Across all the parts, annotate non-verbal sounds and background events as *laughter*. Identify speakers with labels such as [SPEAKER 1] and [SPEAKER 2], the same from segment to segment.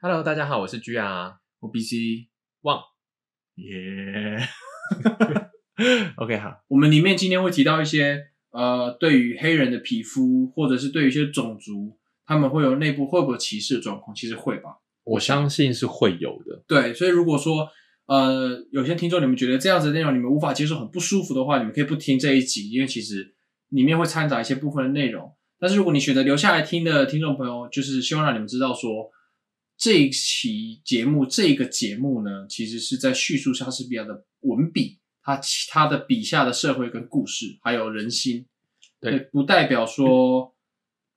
[SPEAKER 1] Hello，大家好，我是 G R，
[SPEAKER 2] 我 B C
[SPEAKER 1] 旺
[SPEAKER 2] 耶
[SPEAKER 1] *laughs* OK，好，
[SPEAKER 2] 我们里面今天会提到一些呃，对于黑人的皮肤，或者是对于一些种族，他们会有内部会不会有歧视的状况？其实会吧。
[SPEAKER 1] 我相信是会有的。
[SPEAKER 2] 对，所以如果说呃，有些听众你们觉得这样子的内容你们无法接受，很不舒服的话，你们可以不听这一集，因为其实里面会掺杂一些部分的内容。但是如果你选择留下来听的听众朋友，就是希望让你们知道说，这一期节目这个节目呢，其实是在叙述莎士比亚的文笔，他其他的笔下的社会跟故事，还有人心。
[SPEAKER 1] 对，
[SPEAKER 2] 不代表说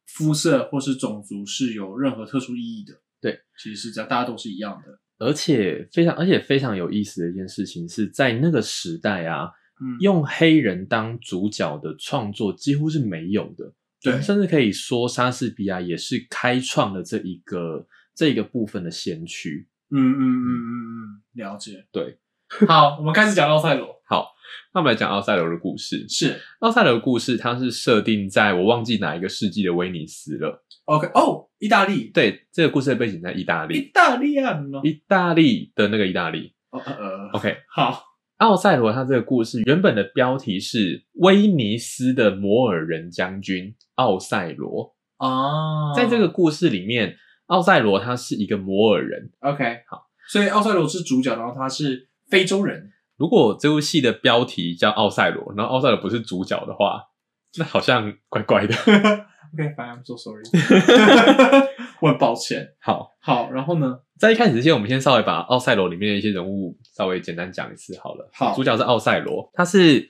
[SPEAKER 2] 肤色或是种族是有任何特殊意义的。
[SPEAKER 1] 对，
[SPEAKER 2] 其实是这样，大家都是一样的。
[SPEAKER 1] 而且非常，而且非常有意思的一件事情是在那个时代啊，
[SPEAKER 2] 嗯，
[SPEAKER 1] 用黑人当主角的创作几乎是没有的。
[SPEAKER 2] 对，
[SPEAKER 1] 甚至可以说莎士比亚也是开创了这一个这个部分的先驱。
[SPEAKER 2] 嗯嗯嗯嗯嗯，了解。
[SPEAKER 1] 对，
[SPEAKER 2] 好，我们开始讲奥赛罗。
[SPEAKER 1] 那我们来讲奥赛罗的故事。
[SPEAKER 2] 是
[SPEAKER 1] 奥赛罗的故事，它是设定在我忘记哪一个世纪的威尼斯了。
[SPEAKER 2] ，OK，哦，意大利，
[SPEAKER 1] 对，这个故事的背景在意大
[SPEAKER 2] 意
[SPEAKER 1] 利，
[SPEAKER 2] 大利啊，喏
[SPEAKER 1] 意大利的那个意大利。
[SPEAKER 2] 哦呃呃，
[SPEAKER 1] OK，
[SPEAKER 2] 好，
[SPEAKER 1] 奥赛罗他这个故事原本的标题是《威尼斯的摩尔人将军奥赛罗
[SPEAKER 2] 哦》。
[SPEAKER 1] 在这个故事里面，奥赛罗他是一个摩尔人。
[SPEAKER 2] OK
[SPEAKER 1] 好，
[SPEAKER 2] 所以奥赛罗是主角，然后他是非洲人，
[SPEAKER 1] 如果这部戏的标题叫奥赛罗，然后奥赛罗不是主角的话，那好像怪怪的。 *laughs*
[SPEAKER 2] OK，反正 I'm so sorry，我很抱歉。
[SPEAKER 1] 好，
[SPEAKER 2] 好，然后呢？
[SPEAKER 1] 在一开始之前，我们先稍微把奥赛罗里面的一些人物稍微简单讲一次好了。
[SPEAKER 2] 好
[SPEAKER 1] 主角是奥赛罗，他是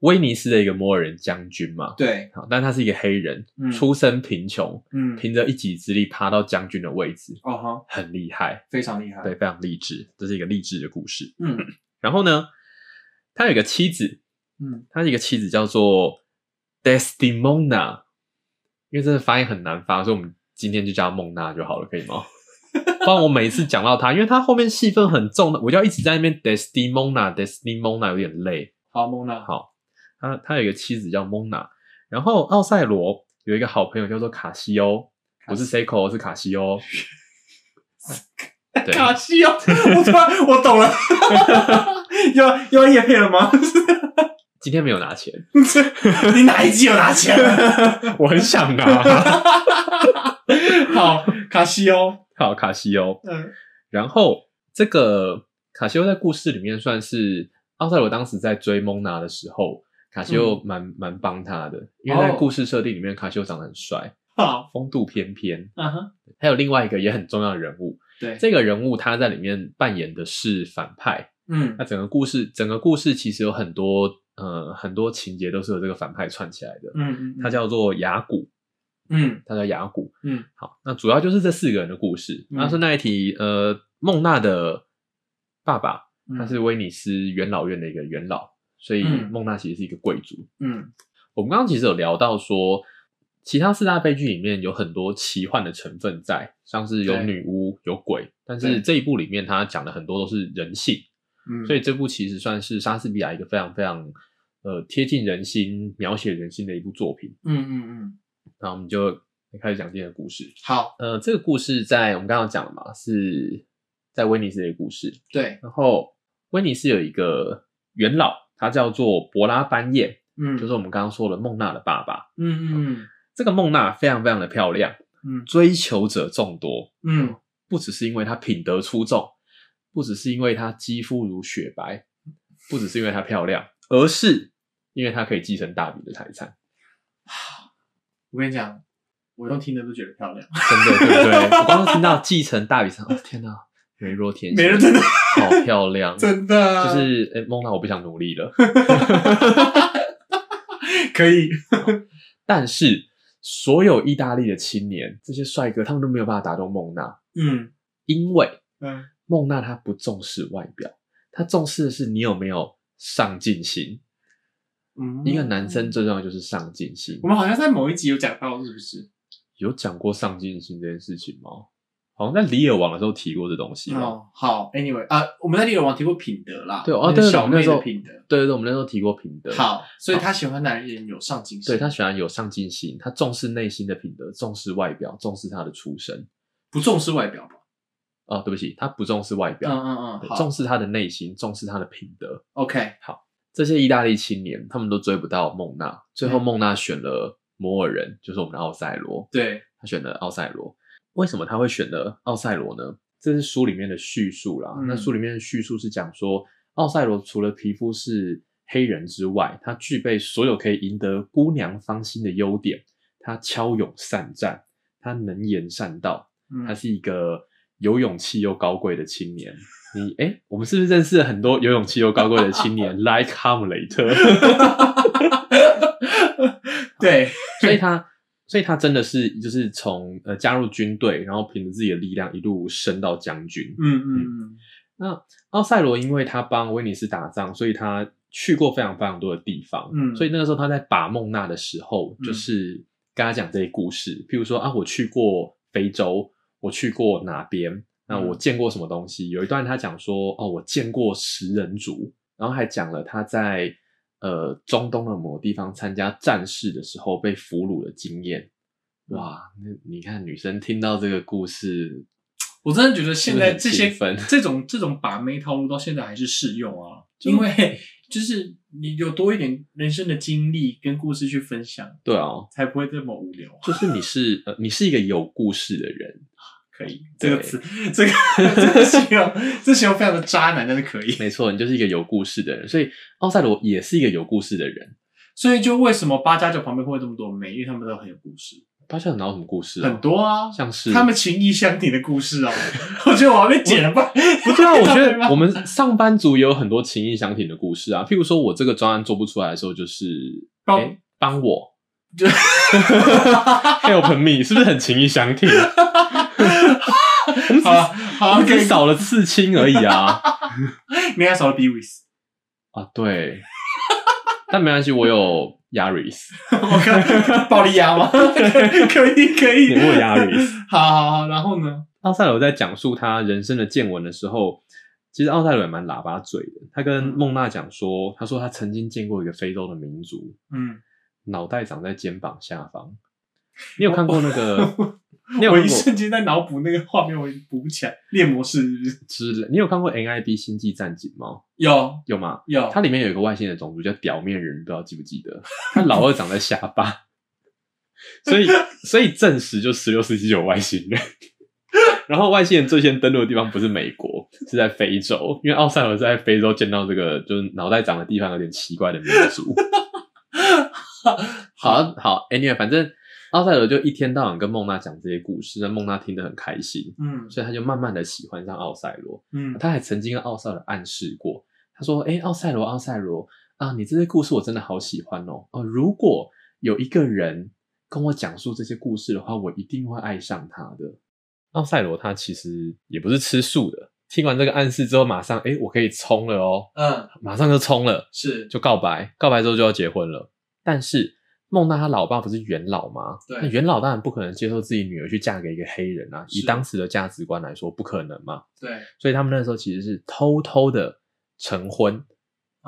[SPEAKER 1] 威尼斯的一个摩尔人将军嘛。
[SPEAKER 2] 对，
[SPEAKER 1] 好，但他是一个黑人，
[SPEAKER 2] 嗯
[SPEAKER 1] 出身贫穷，
[SPEAKER 2] 嗯，
[SPEAKER 1] 凭着一己之力爬到将军的位置，
[SPEAKER 2] 哦哈，
[SPEAKER 1] 很厉害，
[SPEAKER 2] 非常厉害。
[SPEAKER 1] 对，，非常励志，这是一个励志的故事。
[SPEAKER 2] 嗯
[SPEAKER 1] *clears throat* 然后呢，他有一个妻子，
[SPEAKER 2] 嗯，
[SPEAKER 1] 他有一个妻子叫做 Desdemona，因为这个发音很难发，所以我们今天就叫她孟娜就好了，可以 *laughs* 吗？不然我每次讲到她，因为她后面戏份很重的，我就要一直在那边 Desdemona Desdemona 有点累。
[SPEAKER 2] 好，蒙 *laughs* 娜，
[SPEAKER 1] 好，他他有一个妻子叫蒙娜，然后奥赛罗有一个好朋友叫做卡西欧，不是 Seiko 是卡西欧。对，
[SPEAKER 2] 卡西哦， *laughs* 我突然我懂了， *laughs* 又要又要叶配了吗？ *laughs*
[SPEAKER 1] 今天没有拿钱，
[SPEAKER 2] 你哪一季有拿钱？
[SPEAKER 1] *laughs*
[SPEAKER 2] 啊
[SPEAKER 1] 我很想拿。
[SPEAKER 2] 好，卡西欧，
[SPEAKER 1] *laughs* 好，卡西欧，
[SPEAKER 2] 嗯
[SPEAKER 1] 然后这个卡西欧在故事里面算是奥赛罗当时在追蒙娜的时候，卡西欧蛮、蛮帮他的，因为在
[SPEAKER 2] 哦
[SPEAKER 1] 故事设定里面，卡西欧长得很帅，
[SPEAKER 2] 好，
[SPEAKER 1] 风度翩翩。
[SPEAKER 2] 嗯哼，
[SPEAKER 1] 还有另外一个也很重要的人物，
[SPEAKER 2] 对，
[SPEAKER 1] 这个人物他在里面扮演的是反派。
[SPEAKER 2] 嗯
[SPEAKER 1] 那整个故事，整个故事其实有很多呃很多情节都是由这个反派串起来的。
[SPEAKER 2] 嗯嗯，
[SPEAKER 1] 他叫做雅古，
[SPEAKER 2] 嗯
[SPEAKER 1] 他叫雅古。
[SPEAKER 2] 嗯，
[SPEAKER 1] 好，那主要就是这四个人的故事。
[SPEAKER 2] 嗯
[SPEAKER 1] 那顺带一提，呃，孟娜的爸爸
[SPEAKER 2] 嗯，
[SPEAKER 1] 他是威尼斯元老院的一个元老，所以
[SPEAKER 2] 嗯
[SPEAKER 1] 孟娜其实是一个贵族。
[SPEAKER 2] 嗯
[SPEAKER 1] 我们刚刚其实有聊到说，其他四大悲剧里面有很多奇幻的成分在，像是有
[SPEAKER 2] 对
[SPEAKER 1] 女巫、有鬼，但
[SPEAKER 2] 对
[SPEAKER 1] 是这一部里面他讲的很多都是人性，
[SPEAKER 2] 嗯，
[SPEAKER 1] 所以这部其实算是莎士比亚一个非常非常呃贴近人心、描写人心的一部作品。
[SPEAKER 2] 嗯嗯嗯，
[SPEAKER 1] 那我们就开始讲今天的故事。
[SPEAKER 2] 好，
[SPEAKER 1] 呃，这个故事在我们刚刚讲了嘛，是在威尼斯的一个故事。
[SPEAKER 2] 对，
[SPEAKER 1] 然后威尼斯有一个元老，他叫做博拉班耶，
[SPEAKER 2] 嗯，
[SPEAKER 1] 就是我们刚刚说的孟娜的爸爸。
[SPEAKER 2] 嗯嗯
[SPEAKER 1] 这个孟娜非常非常的漂亮，
[SPEAKER 2] 嗯
[SPEAKER 1] 追求者众多，
[SPEAKER 2] 嗯
[SPEAKER 1] 不只是因为她品德出众，不只是因为她肌肤如雪白，不只是因为她漂亮，而是因为她可以继承大笔的财产。
[SPEAKER 2] 我跟你讲，我用听的都觉得漂亮，
[SPEAKER 1] 真的，对不对？ *laughs* 我刚刚听到继承大笔财产，哦天哪，美若天仙，
[SPEAKER 2] 没人真的
[SPEAKER 1] 好漂 *laughs* 亮，
[SPEAKER 2] *laughs* 真的啊
[SPEAKER 1] 就是
[SPEAKER 2] 嗯
[SPEAKER 1] 诶梦到我不想努力了。 *laughs*
[SPEAKER 2] 可以，
[SPEAKER 1] 但是所有意大利的青年，这些帅哥，他们都没有办法打动孟娜，
[SPEAKER 2] *laughs* 嗯
[SPEAKER 1] 因为
[SPEAKER 2] 嗯
[SPEAKER 1] 孟娜她不重视外表，她重视的是你有没有上进心。
[SPEAKER 2] 嗯
[SPEAKER 1] 一个男生，最重要的就是上进心
[SPEAKER 2] 我。们好像在某一集有讲到，是不是？
[SPEAKER 1] 有讲过上进心这件事情吗？好像在李尔王的时候提过这东西吧。
[SPEAKER 2] 哦，好，Anyway 啊，我们在利友王提过品德啦，
[SPEAKER 1] 对哦
[SPEAKER 2] 那个
[SPEAKER 1] 对对
[SPEAKER 2] 小
[SPEAKER 1] 我们那
[SPEAKER 2] 妹
[SPEAKER 1] 时候
[SPEAKER 2] 的品德，
[SPEAKER 1] 对对对，我们那时候提过品德。，
[SPEAKER 2] 好，所以他喜欢男人有上进心，
[SPEAKER 1] 对他喜欢有上进心，他重视内心的品德，重视外表，重视他的出身。
[SPEAKER 2] 不重视外表吧？
[SPEAKER 1] 哦，对不起，他不重视外
[SPEAKER 2] 嗯
[SPEAKER 1] 表，
[SPEAKER 2] 嗯嗯，
[SPEAKER 1] 对
[SPEAKER 2] 好
[SPEAKER 1] 重视他的内心，重视他的品德。
[SPEAKER 2] ，OK，
[SPEAKER 1] 这些意大利青年他们都追不到孟娜，最后
[SPEAKER 2] 嗯
[SPEAKER 1] 孟娜选了摩尔人，就是我们的奥赛罗，
[SPEAKER 2] 对，
[SPEAKER 1] 他选了奥赛罗。为什么他会选择奥赛罗呢？这是书里面的叙述啦。
[SPEAKER 2] 嗯
[SPEAKER 1] 那书里面的叙述是讲说，奥赛罗除了皮肤是黑人之外，他具备所有可以赢得姑娘芳心的优点。他骁勇善战，他能言善道，
[SPEAKER 2] 嗯
[SPEAKER 1] 他是一个有勇气又高贵的青年。你哎、我们是不是认识了很多有勇气又高贵的青年，like 哈姆雷特？
[SPEAKER 2] 对，
[SPEAKER 1] 所以他，所以他真的是就是从呃加入军队，然后凭着自己的力量一路升到将军。
[SPEAKER 2] 嗯嗯嗯，
[SPEAKER 1] 那奥赛罗因为他帮威尼斯打仗，所以他去过非常非常多的地方。
[SPEAKER 2] 嗯
[SPEAKER 1] 所以那个时候他在把孟纳的时候，
[SPEAKER 2] 嗯
[SPEAKER 1] 就是跟他讲这些故事，譬如说啊，我去过非洲，我去过哪边，那
[SPEAKER 2] 嗯
[SPEAKER 1] 我见过什么东西。有一段他讲说，哦，我见过食人族，然后还讲了他在呃中东的某个地方参加战事的时候被俘虏的经验。哇，那你看女生听到这个故事，
[SPEAKER 2] 我真的觉得现在这些
[SPEAKER 1] 是不是很气愤
[SPEAKER 2] *laughs* 这种这种把妹套路到现在还是适用啊，
[SPEAKER 1] 就
[SPEAKER 2] 因为 *laughs* 就是你有多一点人生的经历跟故事去分享，
[SPEAKER 1] 对啊，
[SPEAKER 2] 才不会这么无聊。啊
[SPEAKER 1] 就是你是呃，你是一个有故事的人，
[SPEAKER 2] 可以，这
[SPEAKER 1] 对
[SPEAKER 2] 个词，这个 *laughs* 这个形容，这形容非常的渣男，但是可以。
[SPEAKER 1] 没错，你就是一个有故事的人。所以奥赛罗也是一个有故事的人。
[SPEAKER 2] 所以就为什么八加九旁边会有这么多妹，因为他们都很有故事，
[SPEAKER 1] 巴塞罗哪有什么故事、啊？
[SPEAKER 2] 很，多啊，
[SPEAKER 1] 像是 *laughs*
[SPEAKER 2] 他们情谊相挺的故事啊。我觉得我要被剪了吧？
[SPEAKER 1] 不对啊。我觉
[SPEAKER 2] 没办
[SPEAKER 1] 得
[SPEAKER 2] 法
[SPEAKER 1] 我们上班族也有很多情意相挺的故事啊。譬如说我这个专案做不出来的时候，就是
[SPEAKER 2] 帮
[SPEAKER 1] 诶帮我
[SPEAKER 2] 就
[SPEAKER 1] *laughs* help me，是不是很情意相 *laughs* 挺？
[SPEAKER 2] 好啊好
[SPEAKER 1] 我
[SPEAKER 2] 啊，
[SPEAKER 1] 们
[SPEAKER 2] 可
[SPEAKER 1] 只
[SPEAKER 2] 以
[SPEAKER 1] 是，少了刺青而已啊
[SPEAKER 2] 你还少了 B w i s
[SPEAKER 1] 啊，对。但没关系，我有 Yaris，
[SPEAKER 2] *laughs*
[SPEAKER 1] *laughs*
[SPEAKER 2] 我看暴力鸭吗？ *laughs* 可以可以，
[SPEAKER 1] 我有 Yaris。
[SPEAKER 2] *laughs* 好好好，然后呢？
[SPEAKER 1] 奥赛罗在讲述他人生的见闻的时候，其实奥赛罗也蛮喇叭嘴的。他跟
[SPEAKER 2] 嗯
[SPEAKER 1] 孟娜讲说，他说他曾经见过一个非洲的民族，
[SPEAKER 2] 嗯，
[SPEAKER 1] 脑袋长在肩膀下
[SPEAKER 2] *laughs*
[SPEAKER 1] 方。你有看过那个你有
[SPEAKER 2] 哦我
[SPEAKER 1] 看过
[SPEAKER 2] 一瞬间在脑补那个画面，我补不起来。猎魔士是不是
[SPEAKER 1] 之类？你有看过 NIB 星际战警吗？
[SPEAKER 2] 有
[SPEAKER 1] 有吗？
[SPEAKER 2] 有，
[SPEAKER 1] 它里面有一个外星人种族叫屌面人，不知道记不记得？ *laughs* 他老二长在下巴， *laughs* 所以所以证实就十六世纪有外星人。 *laughs* 然后外星人最先登陆的地方不是美国，是在非洲，因为奥赛罗在非洲见到这个就是脑袋长的地方有点奇怪的民族。好好，anyway，反正奥赛罗就一天到晚跟孟娜讲这些故事，那孟娜听得很开心，
[SPEAKER 2] 嗯
[SPEAKER 1] 所以他就慢慢的喜欢上奥赛罗。
[SPEAKER 2] 嗯，
[SPEAKER 1] 他还曾经跟奥赛罗暗示过，他说：“哎、奥赛罗，奥赛罗啊，你这些故事我真的好喜欢哦。哦，如果有一个人跟我讲述这些故事的话，我一定会爱上他的。”奥赛罗他其实也不是吃素的，听完这个暗示之后，马上哎、诶我可以冲了哦，
[SPEAKER 2] 嗯，
[SPEAKER 1] 马上就冲了，
[SPEAKER 2] 是
[SPEAKER 1] 就告白，告白之后就要结婚了。但是孟娜她老爸不是元老吗？
[SPEAKER 2] 对
[SPEAKER 1] 那元老当然不可能接受自己女儿去嫁给一个黑人啊，以
[SPEAKER 2] 是
[SPEAKER 1] 当时的价值观来说，不可能嘛。
[SPEAKER 2] 对，
[SPEAKER 1] 所以他们那时候其实是偷偷的成婚，
[SPEAKER 2] 嗯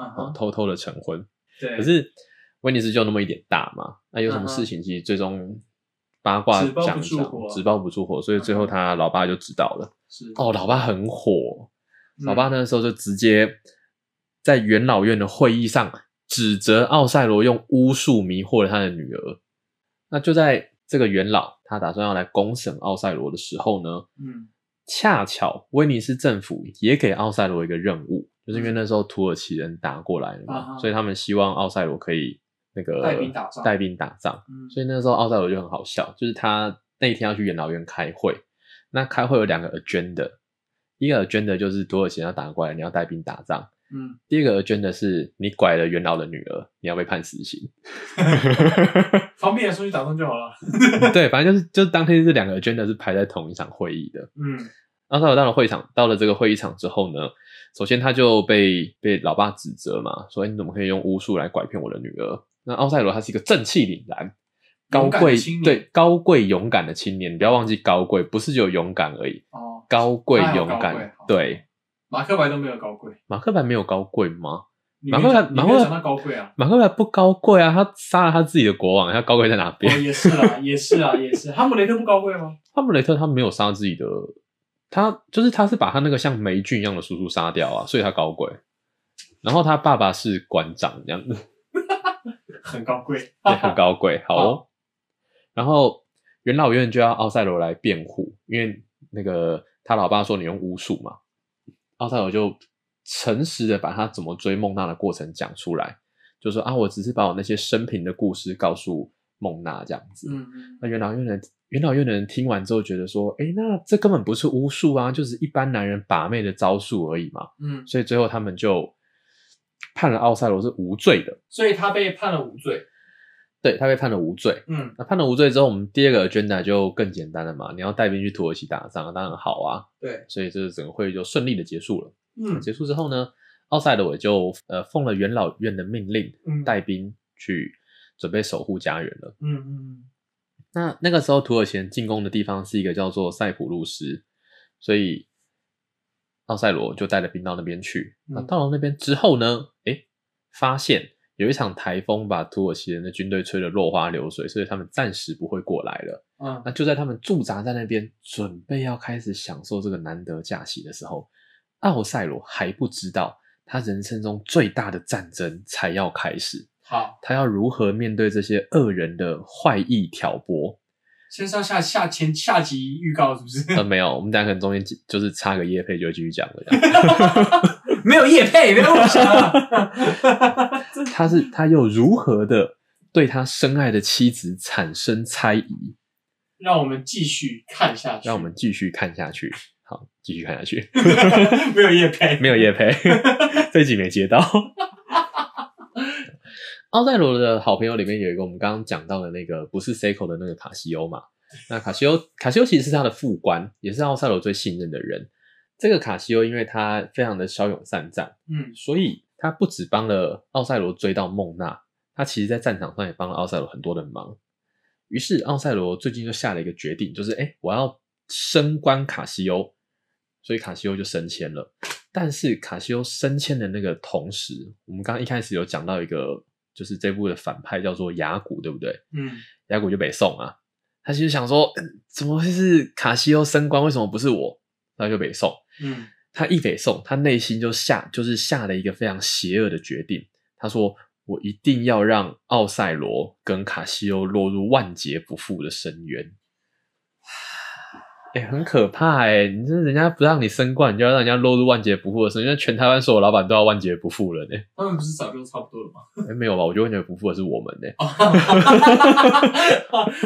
[SPEAKER 1] 啊，
[SPEAKER 2] 哼，
[SPEAKER 1] 偷偷的成婚。
[SPEAKER 2] 对，
[SPEAKER 1] 可是威尼斯就那么一点大嘛，那有什么事情其实最终八卦
[SPEAKER 2] 嗯纸包不
[SPEAKER 1] 讲一
[SPEAKER 2] 住
[SPEAKER 1] 讲
[SPEAKER 2] 火，嗯
[SPEAKER 1] 纸包不住火，所以最后他老爸就知道了。
[SPEAKER 2] 是
[SPEAKER 1] 哦，老爸很火，
[SPEAKER 2] 嗯
[SPEAKER 1] 老爸那时候就直接在元老院的会议上指责奥赛罗用巫术迷惑了他的女儿。那就在这个元老他打算要来公审奥赛罗的时候呢，
[SPEAKER 2] 嗯
[SPEAKER 1] 恰巧威尼斯政府也给奥赛罗一个任务，就是因为那时候土耳其人打过来了
[SPEAKER 2] 嗯啊
[SPEAKER 1] 嘛，
[SPEAKER 2] 哈
[SPEAKER 1] 所以他们希望奥赛罗可以那个
[SPEAKER 2] 带兵打仗
[SPEAKER 1] 带兵打仗。
[SPEAKER 2] 嗯，
[SPEAKER 1] 所以那时候奥赛罗就很好笑，就是他那一天要去元老院开会，那开会有两个 agenda，一个 agenda 就是土耳其人要打过来，你要带兵打仗；
[SPEAKER 2] 嗯，
[SPEAKER 1] 第二个 agenda 是你拐了元老的女儿，你要被判死刑。 *laughs*
[SPEAKER 2] 方便的出去打仗就好了。
[SPEAKER 1] 对，反正就是就是当天这两个 agenda 是排在同一场会议的。
[SPEAKER 2] 嗯
[SPEAKER 1] 然后他有到了会场，到了这个会议场之后呢，首先他就被被老爸指责嘛，说哎你怎么可以用巫术来拐骗我的女儿？那奥赛罗他是一个正气凛然、高
[SPEAKER 2] 勇敢的
[SPEAKER 1] 贵
[SPEAKER 2] 青年
[SPEAKER 1] 对高贵勇敢的青年，你不要忘记高贵不是只有勇敢而已，
[SPEAKER 2] 哦，
[SPEAKER 1] 高贵
[SPEAKER 2] 他有
[SPEAKER 1] 勇
[SPEAKER 2] 高
[SPEAKER 1] 敢
[SPEAKER 2] 贵好
[SPEAKER 1] 对。
[SPEAKER 2] 马克白都没有高贵，
[SPEAKER 1] 马克白没有高贵吗？
[SPEAKER 2] 你
[SPEAKER 1] 马
[SPEAKER 2] 没
[SPEAKER 1] 克白，
[SPEAKER 2] 讲
[SPEAKER 1] 马
[SPEAKER 2] 你没有
[SPEAKER 1] 克
[SPEAKER 2] 讲到
[SPEAKER 1] 白
[SPEAKER 2] 高贵 *laughs* 啊。
[SPEAKER 1] 马克白不高贵啊，他杀了他自己的国王，他高贵在哪
[SPEAKER 2] 哦，
[SPEAKER 1] 边？
[SPEAKER 2] 也是啊，也是啊，也是。哈姆雷特不高贵吗？
[SPEAKER 1] 哈姆雷特他没有杀自己的他就是他是把他那个像霉菌一样的叔叔杀掉啊，所以他搞鬼。然后他爸爸是馆长这样子，
[SPEAKER 2] 很高贵。
[SPEAKER 1] 也 *laughs* 很高贵，好哦。然后元老院就要奥赛罗来辩护，因为那个他老爸说你用巫术嘛，奥赛罗就诚实的把他怎么追梦娜的过程讲出来，就说啊，我只是把我那些生平的故事告诉梦娜这样子。
[SPEAKER 2] 嗯，
[SPEAKER 1] 那元老院的元老院的人听完之后，觉得说，诶，那这根本不是巫术啊，就是一般男人把妹的招数而已嘛。
[SPEAKER 2] 嗯，
[SPEAKER 1] 所以最后他们就判了奥赛罗是无罪的，
[SPEAKER 2] 所以他被判了无罪。
[SPEAKER 1] 对他被判了无罪。
[SPEAKER 2] 嗯
[SPEAKER 1] 那判了无罪之后，我们第二个 agenda 就更简单了嘛，你要带兵去土耳其打仗，当然好啊。
[SPEAKER 2] 对，
[SPEAKER 1] 所以这整个会议就顺利的结束了。
[SPEAKER 2] 嗯
[SPEAKER 1] 结束之后呢，奥赛罗也就呃奉了元老院的命令，
[SPEAKER 2] 嗯
[SPEAKER 1] 带兵去准备守护家园了。
[SPEAKER 2] 嗯嗯
[SPEAKER 1] 那那个时候土耳其人进攻的地方是一个叫做塞浦路斯，所以奥赛罗就带着兵到那边去。
[SPEAKER 2] 嗯
[SPEAKER 1] 那到了那边之后呢，诶，发现有一场台风把土耳其人的军队吹得落花流水，所以他们暂时不会过来了。
[SPEAKER 2] 嗯
[SPEAKER 1] 那就在他们驻扎在那边，准备要开始享受这个难得假期的时候，奥赛罗还不知道他人生中最大的战争才要开始，
[SPEAKER 2] 好，
[SPEAKER 1] 他要如何面对这些恶人的坏意挑拨。
[SPEAKER 2] 先上下下前下集预告是
[SPEAKER 1] *laughs*
[SPEAKER 2] 不是？
[SPEAKER 1] 呃，没有，我们等一下可能中间几就是插个叶配就继续讲了。这样
[SPEAKER 2] 没有叶配，没有我想 *laughs* 啊。
[SPEAKER 1] 他是他又如何的对他深爱的妻子产生猜疑？
[SPEAKER 2] 让我们继续看下去。
[SPEAKER 1] 让我们 *laughs* 继续看下去。好，继续看下去，
[SPEAKER 2] *laughs* 没有叶配，
[SPEAKER 1] 没有叶配，这一集没接到。奥赛罗的好朋友里面有一个我们刚刚讲到的那个不是 Seiko 的那个卡西欧嘛？那卡西欧卡西欧其实是他的副官，也是奥赛罗最信任的人。这个卡西欧因为他非常的骁勇善战，
[SPEAKER 2] 嗯
[SPEAKER 1] 所以他不只帮了奥赛罗追到孟娜，他其实在战场上也帮了奥赛罗很多的忙。于是奥赛罗最近就下了一个决定，就是哎、诶我要升官卡西欧，所以卡西欧就升迁了。但是卡西欧升迁的那个同时，我们刚刚一开始有讲到一个，就是这部的反派叫做雅古，对不对？
[SPEAKER 2] 嗯
[SPEAKER 1] 雅古就北宋啊，他其实想说，嗯怎么会是卡西欧升官，为什么不是我？那就北宋。
[SPEAKER 2] 嗯
[SPEAKER 1] 他一北宋，他内心就下就是下了一个非常邪恶的决定。他说：“我一定要让奥赛罗跟卡西欧落入万劫不复的深渊。”哎、很可怕哎、你这人家不让你升官，你就要让人家落入万劫不复的深渊，那全台湾所有老板都要万劫不复了呢、
[SPEAKER 2] 他们不是早就差不多了吗？
[SPEAKER 1] *laughs*
[SPEAKER 2] *laughs*
[SPEAKER 1] 哎没有吧？我觉得万劫不复的是我们呢、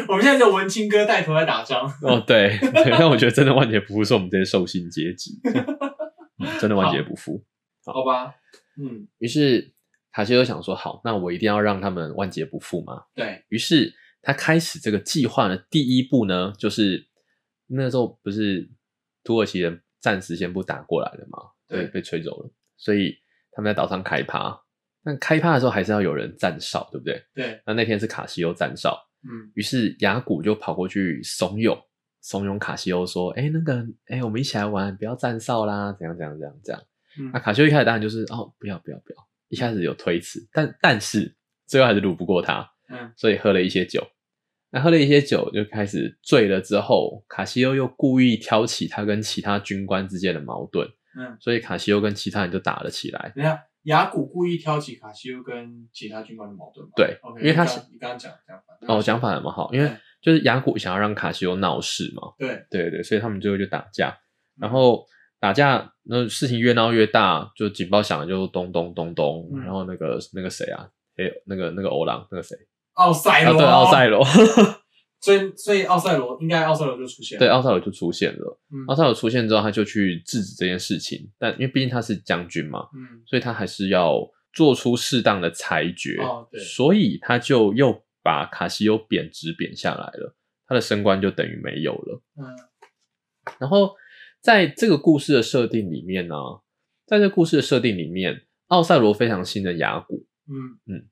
[SPEAKER 2] 我们现在就文青哥带头在打仗。
[SPEAKER 1] 哦，对，对，但我觉得真的万劫不复是我们这些受薪阶级，嗯真的万劫不复。
[SPEAKER 2] 好吧，嗯，
[SPEAKER 1] 于是卡西欧想说：“好，那我一定要让他们万劫不复嘛。”
[SPEAKER 2] 对，
[SPEAKER 1] 于是他开始这个计划的第一步呢，就是那时候不是土耳其人暂时先不打过来了嘛，
[SPEAKER 2] 对
[SPEAKER 1] 被吹走了，所以他们在岛上开趴。但开趴的时候还是要有人站哨，对不对？
[SPEAKER 2] 对，
[SPEAKER 1] 那那天是卡西欧站哨，
[SPEAKER 2] 嗯
[SPEAKER 1] 于是雅古就跑过去怂恿怂恿卡西欧说：“哎，那个，哎，我们一起来玩，不要站哨啦，怎样怎样怎样怎样。”那
[SPEAKER 2] 嗯，
[SPEAKER 1] 卡修一开始当然就是哦，不要不要不要，一开始有推辞，但但是最后还是撸不过他，
[SPEAKER 2] 嗯，
[SPEAKER 1] 所以喝了一些酒。那喝了一些酒就开始醉了之后，卡西欧又故意挑起他跟其他军官之间的矛盾，
[SPEAKER 2] 嗯，
[SPEAKER 1] 所以卡西欧跟其他人就打了起来。
[SPEAKER 2] 等一下，雅古故意挑起卡西欧跟其他军官的矛盾嘛？
[SPEAKER 1] 对
[SPEAKER 2] ，OK，
[SPEAKER 1] 因为他
[SPEAKER 2] 你
[SPEAKER 1] 是
[SPEAKER 2] 刚你刚刚讲讲反
[SPEAKER 1] 哦，我讲反了嘛，好，因为
[SPEAKER 2] 嗯
[SPEAKER 1] 就是雅古想要让卡西欧闹事嘛，
[SPEAKER 2] 对，
[SPEAKER 1] 对对，所以他们最后就打架，
[SPEAKER 2] 嗯
[SPEAKER 1] 然后打架，那事情越闹越大，就警报响了，就咚咚咚咚，
[SPEAKER 2] 嗯
[SPEAKER 1] 然后那个那个谁啊，哎，那个那个欧郎，那个谁，
[SPEAKER 2] 奥赛
[SPEAKER 1] 啊，
[SPEAKER 2] 哦哎罗，
[SPEAKER 1] 对，奥赛，
[SPEAKER 2] *laughs*
[SPEAKER 1] 罗，
[SPEAKER 2] 所以所以奥赛罗应该奥赛罗就出现了，
[SPEAKER 1] 对，奥赛罗就出现了。
[SPEAKER 2] 嗯
[SPEAKER 1] 奥赛罗出现之后，他就去制止这件事情，但因为毕竟他是将军嘛，
[SPEAKER 2] 嗯
[SPEAKER 1] 所以他还是要做出适当的裁决。
[SPEAKER 2] 哦对
[SPEAKER 1] 所以他就又把卡西欧贬值贬下来了，他的升官就等于没有了。
[SPEAKER 2] 嗯
[SPEAKER 1] 然后在这个故事的设定里面呢、在这个故事的设定里面，奥赛罗非常信任雅古，
[SPEAKER 2] 嗯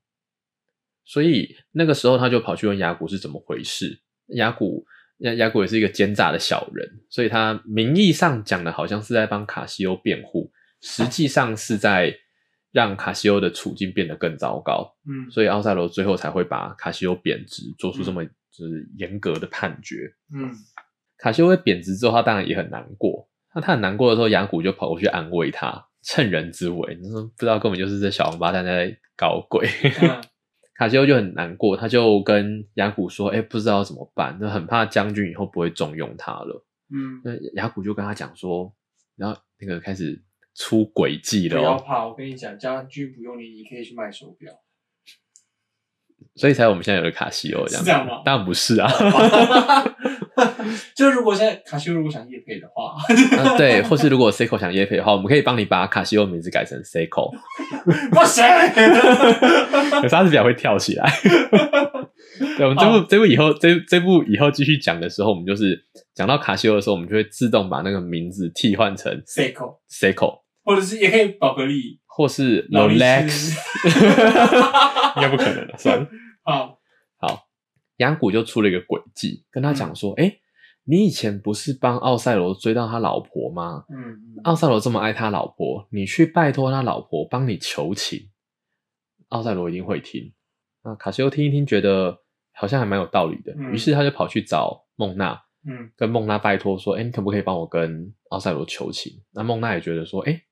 [SPEAKER 1] 所以那个时候他就跑去问雅古是怎么回事。雅古雅雅古也是一个奸诈的小人，所以他名义上讲的好像是在帮卡西欧辩护，实际上是在让卡西欧的处境变得更糟糕。
[SPEAKER 2] 嗯，
[SPEAKER 1] 所以奥赛罗最后才会把卡西欧贬值，做出这么就是严格的判决。
[SPEAKER 2] 嗯
[SPEAKER 1] *laughs* 卡西欧被贬值之后，他当然也很难过，那他很难过的时候，雅虎就跑过去安慰他，趁人之危。你说不知道根本就是这小王八蛋在搞鬼。
[SPEAKER 2] 嗯
[SPEAKER 1] 卡西欧就很难过，他就跟雅虎说：“哎、不知道怎么办，那很怕将军以后不会重用他了。” *laughs*
[SPEAKER 2] 嗯，
[SPEAKER 1] 那雅虎就跟他讲说，然后那个开始出诡计
[SPEAKER 2] 不
[SPEAKER 1] 了、
[SPEAKER 2] 要
[SPEAKER 1] 哦，
[SPEAKER 2] 怕，我跟你讲，家居不用你，你可以去卖手表。
[SPEAKER 1] 所以才有我们现在有的卡西欧这样。
[SPEAKER 2] 是这样吗
[SPEAKER 1] 当然不是
[SPEAKER 2] *laughs*
[SPEAKER 1] 啊，
[SPEAKER 2] 就如果现在卡西欧如果想夜配的话，
[SPEAKER 1] 啊对，或是如果 Seiko 想夜配的话，我们可以帮你把卡西欧名字改成 Seiko，
[SPEAKER 2] 不行。
[SPEAKER 1] 可是它是比较会跳起来。 *laughs* 对，我们这
[SPEAKER 2] 哦
[SPEAKER 1] 部、这部以后这这部以后继续讲的时候，我们就是讲到卡西欧的时候，我们就会自动把那个名字替换成
[SPEAKER 2] *laughs* Seiko，
[SPEAKER 1] Seiko
[SPEAKER 2] 或者是也可以宝格丽、
[SPEAKER 1] 或是
[SPEAKER 2] 劳力士
[SPEAKER 1] Rolex，应该不可能了， *laughs* 算了。
[SPEAKER 2] 好，
[SPEAKER 1] 雅古就出了一个诡计，跟他讲说：“哎、你以前不是帮奥赛罗追到他老婆吗？
[SPEAKER 2] 嗯，嗯
[SPEAKER 1] 奥赛罗这么爱他老婆，你去拜托他老婆帮你求情，奥赛罗一定会听。”那卡西欧听一听，觉得好像还蛮有道理的，
[SPEAKER 2] 嗯
[SPEAKER 1] 于是他就跑去找孟娜，
[SPEAKER 2] 嗯
[SPEAKER 1] 跟孟娜拜托说：“哎、你可不可以帮我跟奥赛罗求情？”那孟娜也觉得说：“哎、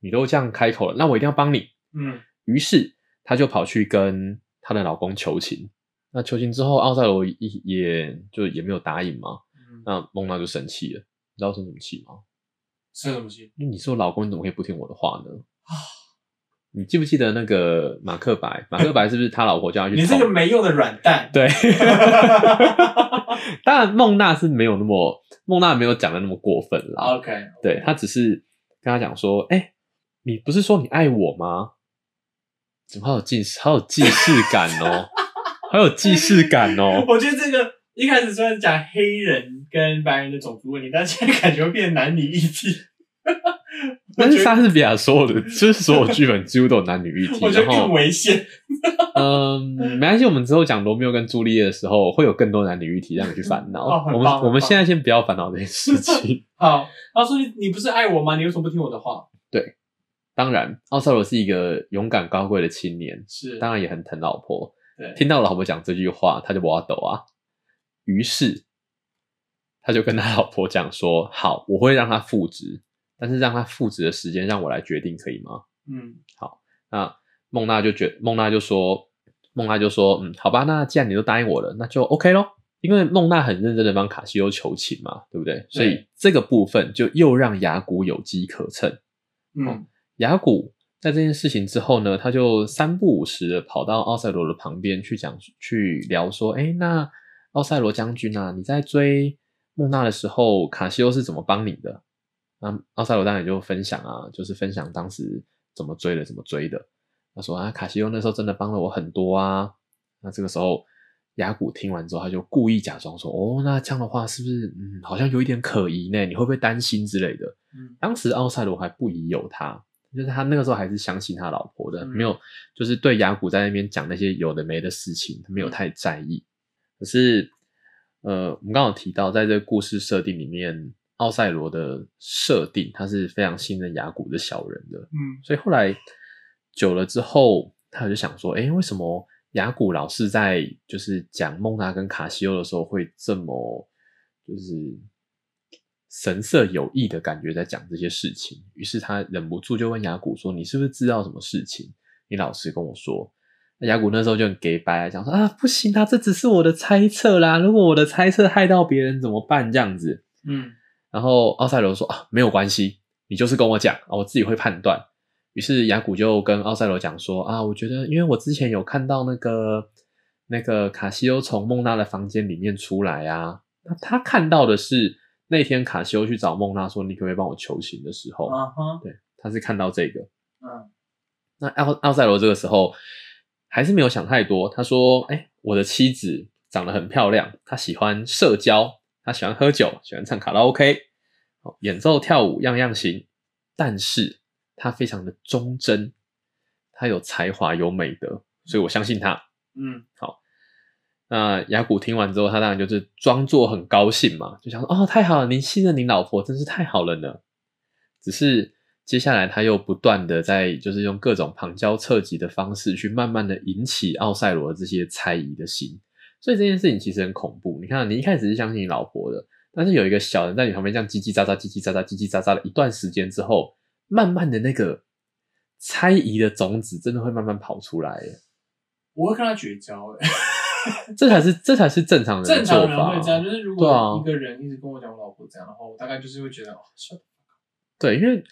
[SPEAKER 1] 你都这样开口了，那我一定要帮你。”
[SPEAKER 2] 嗯
[SPEAKER 1] 于是她就跑去跟她的老公求情。那求情之后，奥赛罗也也就也没有答应嘛。
[SPEAKER 2] 嗯，
[SPEAKER 1] 那孟娜就生气了，你知道生什么气吗？
[SPEAKER 2] 是什么戏？
[SPEAKER 1] 因为你是我老公，你怎么可以不听我的话呢？
[SPEAKER 2] 啊
[SPEAKER 1] 你记不记得那个马克白？马克白是不是他老婆叫他去
[SPEAKER 2] 你
[SPEAKER 1] 捅？
[SPEAKER 2] 这个没用的软蛋。
[SPEAKER 1] 对， *laughs*
[SPEAKER 2] *laughs*
[SPEAKER 1] 当然孟娜是没有那么孟娜没有讲的那么过分啦。
[SPEAKER 2] OK，
[SPEAKER 1] 对他只是跟他讲说，哎、你不是说你爱我吗？怎么好有既视，好有既视感哦，好有既视感哦。
[SPEAKER 2] 我觉得这个一开始虽然讲黑人跟白人的种族问题，但现在感觉变男女议题。
[SPEAKER 1] 但是莎士比亚所有的，就是所有剧本几乎都有男女一体。
[SPEAKER 2] 我觉
[SPEAKER 1] 然
[SPEAKER 2] 得更
[SPEAKER 1] 后，
[SPEAKER 2] 危险。
[SPEAKER 1] 嗯，没关系，我们之后讲罗密欧跟朱丽叶的时候，会有更多男女一体让你去烦恼。
[SPEAKER 2] 哦很棒
[SPEAKER 1] 我们
[SPEAKER 2] 很
[SPEAKER 1] 我们
[SPEAKER 2] 棒
[SPEAKER 1] 现在先不要烦恼这件事情。 *laughs*
[SPEAKER 2] 好，他说你不是爱我吗？你为什么不听我的话？
[SPEAKER 1] 当然，奥赛罗是一个勇敢高贵的青年，
[SPEAKER 2] 是，
[SPEAKER 1] 当然也很疼老婆。
[SPEAKER 2] 对，
[SPEAKER 1] 听到老婆讲这句话，他就不要抖啊。于是他就跟他老婆讲说：“好，我会让他复职，但是让他复职的时间让我来决定，可以吗
[SPEAKER 2] 嗯，？”
[SPEAKER 1] 那孟娜就觉孟娜就说：“孟娜就说，嗯，好吧，那既然你都答应我了，那就 OK 咯。因为孟娜很认真的帮卡西欧求情嘛，对不对？所以这个部分就又让雅古有机可乘。哦
[SPEAKER 2] 嗯，
[SPEAKER 1] 雅古在这件事情之后呢，他就三不五时的跑到奥赛罗的旁边去讲去聊说，哎，那奥赛罗将军啊，你在追孟娜的时候，卡西欧是怎么帮你的？那奥赛罗当然也就分享啊，就是分享当时怎么追的，怎么追的。他说啊，卡西欧那时候真的帮了我很多啊。那这个时候，雅古听完之后，他就故意假装说，哦，那这样的话是不是，嗯，好像有一点可疑呢？你会不会担心之类的？
[SPEAKER 2] 嗯，
[SPEAKER 1] 当时奥赛罗还不疑有他，就是他那个时候还是相信他老婆的，
[SPEAKER 2] 嗯
[SPEAKER 1] 没有就是对雅古在那边讲那些有的没的事情，他没有
[SPEAKER 2] 嗯
[SPEAKER 1] 太在意。可是，呃，我们刚刚有提到，在这个故事设定里面，奥赛罗的设定他是非常信任雅古的小人的，
[SPEAKER 2] 嗯，
[SPEAKER 1] 所以后来久了之后，他就想说，哎，为什么雅古老是在就是讲孟娜跟卡西欧的时候会这么就是神色有意的感觉在讲这些事情？于是他忍不住就问雅古说：“你是不是知道什么事情？你老实跟我说。”那雅古那时候就很给白，讲说啊，不行啊，这只是我的猜测啦。如果我的猜测害到别人怎么办？这样子，
[SPEAKER 2] 嗯，
[SPEAKER 1] 然后奥赛罗说啊，没有关系，你就是跟我讲啊，我自己会判断。于是雅古就跟奥赛罗讲说啊，我觉得因为我之前有看到那个那个卡西欧从孟娜的房间里面出来啊，那他看到的是那天卡西欧去找孟娜说你可不可以帮我求情的时候，
[SPEAKER 2] 啊哈，
[SPEAKER 1] 对，他是看到这个。
[SPEAKER 2] 嗯，
[SPEAKER 1] 那奥奥赛罗这个时候还是没有想太多，他说：“哎、我的妻子长得很漂亮，她喜欢社交，她喜欢喝酒，喜欢唱卡拉 OK，哦演奏跳舞样样行。但是她非常的忠贞，她有才华有美德，所以我相信她。
[SPEAKER 2] 嗯，
[SPEAKER 1] 那雅古听完之后，他当然就是装作很高兴嘛，就想说：“哦，太好了，您信任您老婆，真是太好了呢。”只是接下来他又不断的在就是用各种旁敲侧击的方式去慢慢的引起奥赛啊罗这些猜疑的心，所以这件事情其实很恐怖。你看，你一开始是相信你老婆的，但是有一个小人在你旁边这样叽叽喳喳、叽叽喳喳、叽叽喳喳的一段时间之后，慢慢的那个猜疑的种子真的会慢慢跑出来，
[SPEAKER 2] 我会跟他绝交、欸。
[SPEAKER 1] 这才是这才是正常人的
[SPEAKER 2] 正
[SPEAKER 1] 做
[SPEAKER 2] 常人会这样，
[SPEAKER 1] 法。
[SPEAKER 2] 就是如
[SPEAKER 1] 对啊
[SPEAKER 2] 果一个人一直跟我讲我老婆这样的话，我大概就是会觉得哦，shut the
[SPEAKER 1] 对，因为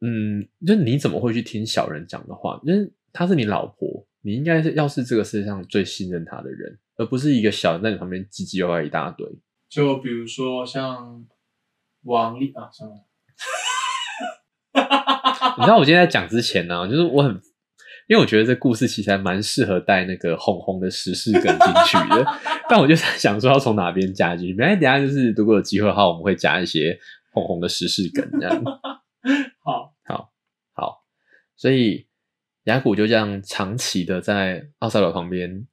[SPEAKER 1] 嗯，就是你怎么会去听小人讲的话？因为她是你老婆，你应该是要是这个世界上最信任她的人，而不是一个小人在你旁边唧唧歪歪一大堆。
[SPEAKER 2] 就比如说像王力啊，算了，
[SPEAKER 1] 你知道我今天在讲之前呢、就是我很，因为我觉得这故事其实还蛮适合带那个红红的时事梗进去的，但我就在想说要从哪边加进去。没关系，等一下就是如果有机会的话，我们会加一些红红的时事梗这样。
[SPEAKER 2] 好，
[SPEAKER 1] 好，所以雅虎就这样长期的在奥赛罗旁边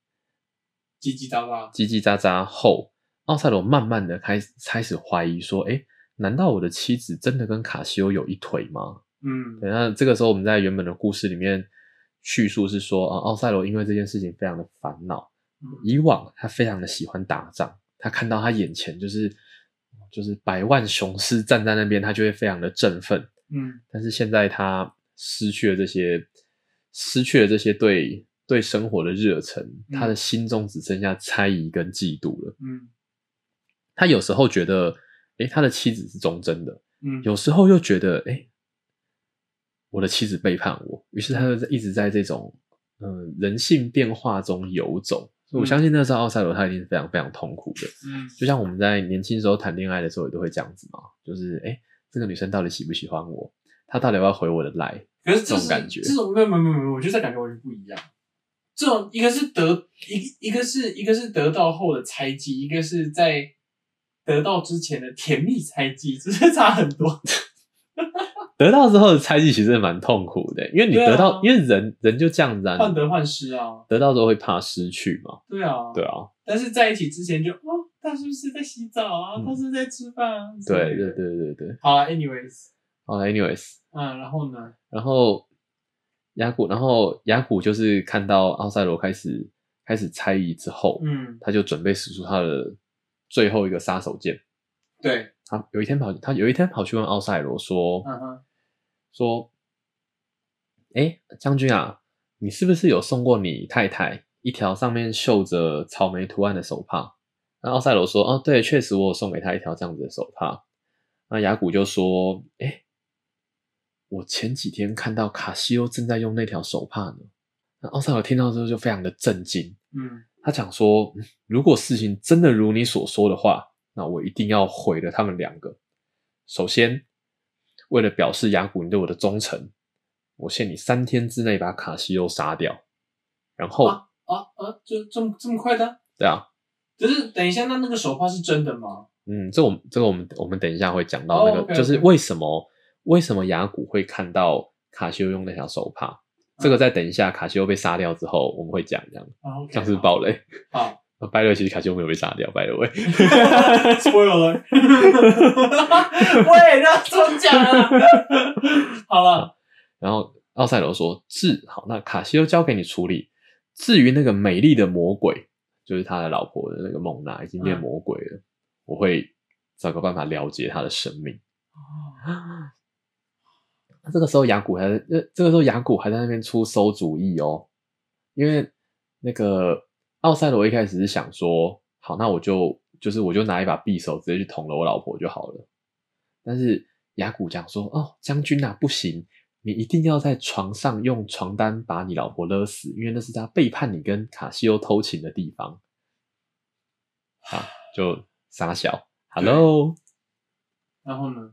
[SPEAKER 2] 叽叽喳喳，
[SPEAKER 1] 叽叽喳喳后，奥赛罗慢慢的开始开始怀疑说，哎，难道我的妻子真的跟卡西欧有一腿吗？
[SPEAKER 2] 嗯，
[SPEAKER 1] 对，那这个时候我们在原本的故事里面叙述是说，啊，奥赛罗因为这件事情非常的烦恼。
[SPEAKER 2] 嗯
[SPEAKER 1] 以往他非常的喜欢打仗，他看到他眼前就是就是百万雄师站在那边，他就会非常的振奋。
[SPEAKER 2] 嗯，
[SPEAKER 1] 但是现在他失去了这些，失去了这些对对生活的热忱，
[SPEAKER 2] 嗯
[SPEAKER 1] 他的心中只剩下猜疑跟嫉妒了。
[SPEAKER 2] 嗯，
[SPEAKER 1] 他有时候觉得，诶，他的妻子是忠贞的，
[SPEAKER 2] 嗯，
[SPEAKER 1] 有时候又觉得，哎、我的妻子背叛我，于是他就在一直在这种嗯、呃人性变化中游走。所以我
[SPEAKER 2] 嗯
[SPEAKER 1] 相信那时候奥赛罗他一定是非常非常痛苦的，
[SPEAKER 2] 嗯，
[SPEAKER 1] 就像我们在年轻时候谈恋爱的时候也都会这样子嘛，就是哎、诶这个女生到底喜不喜欢我？她到底要不要回我的来？
[SPEAKER 2] 可是
[SPEAKER 1] 这
[SPEAKER 2] 这
[SPEAKER 1] 种
[SPEAKER 2] 是
[SPEAKER 1] 感觉
[SPEAKER 2] 这种没有没有没有没有，我觉得这感觉完全不一样。这种一个是得一一个是一个是得到后的猜忌，一个是在得到之前的甜蜜猜忌， *laughs* 只是差很多。
[SPEAKER 1] 得到之后的猜忌其实蛮痛苦的，因为你
[SPEAKER 2] 对啊
[SPEAKER 1] 得到，因为人人就这样子啊，
[SPEAKER 2] 患
[SPEAKER 1] 你
[SPEAKER 2] 得患失啊，
[SPEAKER 1] 得到之后会怕失去嘛，
[SPEAKER 2] 对啊，
[SPEAKER 1] 对啊，
[SPEAKER 2] 但是在一起之前就哦，他是不是在洗澡啊？
[SPEAKER 1] 嗯
[SPEAKER 2] 他是不是在吃饭啊？
[SPEAKER 1] 对对。对对对。
[SPEAKER 2] 好了，anyways，
[SPEAKER 1] 好了，anyways，
[SPEAKER 2] 嗯，然后呢？
[SPEAKER 1] 然后雅古，然后雅古就是看到奥赛罗开始开始猜疑之后，
[SPEAKER 2] 嗯，
[SPEAKER 1] 他就准备使出他的最后一个杀手锏。
[SPEAKER 2] 对，
[SPEAKER 1] 他有一天跑，他有一天跑去问奥赛罗说
[SPEAKER 2] 嗯哼，
[SPEAKER 1] 说：“哎，将军啊，你是不是有送过你太太一条上面绣着草莓图案的手帕？”那奥赛罗说：“哦，对，确实我有送给他一条这样子的手帕。”那雅古就说：“哎，我前几天看到卡西欧正在用那条手帕呢。”那奥赛罗听到之后就非常的震惊，
[SPEAKER 2] 嗯
[SPEAKER 1] 他讲说：“嗯如果事情真的如你所说的话，那我一定要毁了他们两个。首先，为了表示雅古你对我的忠诚，我限你三天之内把卡西欧杀掉。然后，
[SPEAKER 2] 啊啊，就这么这么快的？
[SPEAKER 1] 对啊，
[SPEAKER 2] 只是等一下，那那个手帕是真的吗？
[SPEAKER 1] 嗯，这我们这个我们我们等一下会讲到
[SPEAKER 2] 哦
[SPEAKER 1] 那个
[SPEAKER 2] OK，OK
[SPEAKER 1] 就是为什么为什么雅古会看到卡西欧用那条手帕。”这
[SPEAKER 2] 嗯
[SPEAKER 1] 个在等一下卡西欧被杀掉之后，我们会讲这样，
[SPEAKER 2] 啊，OK，
[SPEAKER 1] 像是暴雷。
[SPEAKER 2] 好
[SPEAKER 1] *laughs* 啊，拜瑞其实卡西欧没有被杀掉，拜瑞。
[SPEAKER 2] *laughs* ，spoiler，喂，那中奖了。好了，
[SPEAKER 1] 然后奥赛罗说：“至好，那卡西欧交给你处理。至于那个美丽的魔鬼，就是他的老婆的那个孟娜已经变
[SPEAKER 2] 嗯
[SPEAKER 1] 魔鬼了，我会找个办法了结她的生命。”这个时候雅古还在，呃，这个时候雅古还在那边出馊主意哦，因为那个奥赛罗一开始是想说，好，那我就就是我就拿一把匕首直接去捅了我老婆就好了。但是雅古讲说，哦，将军啊，不行，你一定要在床上用床单把你老婆勒死，因为那是她背叛你跟卡西欧偷情的地方。啊，就傻小，Hello。
[SPEAKER 2] 然后呢？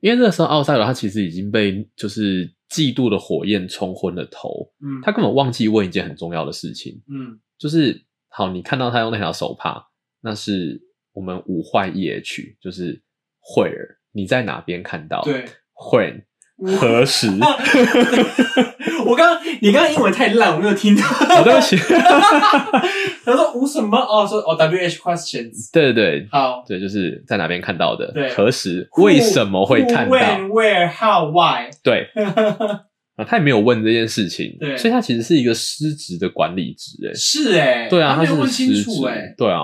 [SPEAKER 1] 因为那个时候奥赛罗他其实已经被就是嫉妒的火焰冲昏了头，
[SPEAKER 2] 嗯，
[SPEAKER 1] 他根本忘记问一件很重要的事情，
[SPEAKER 2] 嗯
[SPEAKER 1] 就是好，你看到他用那条手帕，那是我们五坏 EH，就是惠儿，你在哪边看到？
[SPEAKER 2] 对。
[SPEAKER 1] ，when 何时？ *laughs* 哦
[SPEAKER 2] 我刚刚你刚刚英文太烂，我没有听到。
[SPEAKER 1] 我对不起， *laughs*
[SPEAKER 2] 他说无什么哦，说哦 W H questions。
[SPEAKER 1] 对对对
[SPEAKER 2] 好，
[SPEAKER 1] 对，就是在哪边看到的
[SPEAKER 2] 对，
[SPEAKER 1] 何时，为什么会
[SPEAKER 2] Who,
[SPEAKER 1] 看到？
[SPEAKER 2] who,？When, where, how, why？ *laughs*
[SPEAKER 1] 对。啊，他也没有问这件事情，
[SPEAKER 2] 对
[SPEAKER 1] 所以他其实是一个失职的管理职，哎，
[SPEAKER 2] 是哎、
[SPEAKER 1] 对啊，他
[SPEAKER 2] 他没有
[SPEAKER 1] 是
[SPEAKER 2] 问清
[SPEAKER 1] 失
[SPEAKER 2] 楚
[SPEAKER 1] 职
[SPEAKER 2] 哎、，
[SPEAKER 1] 对啊，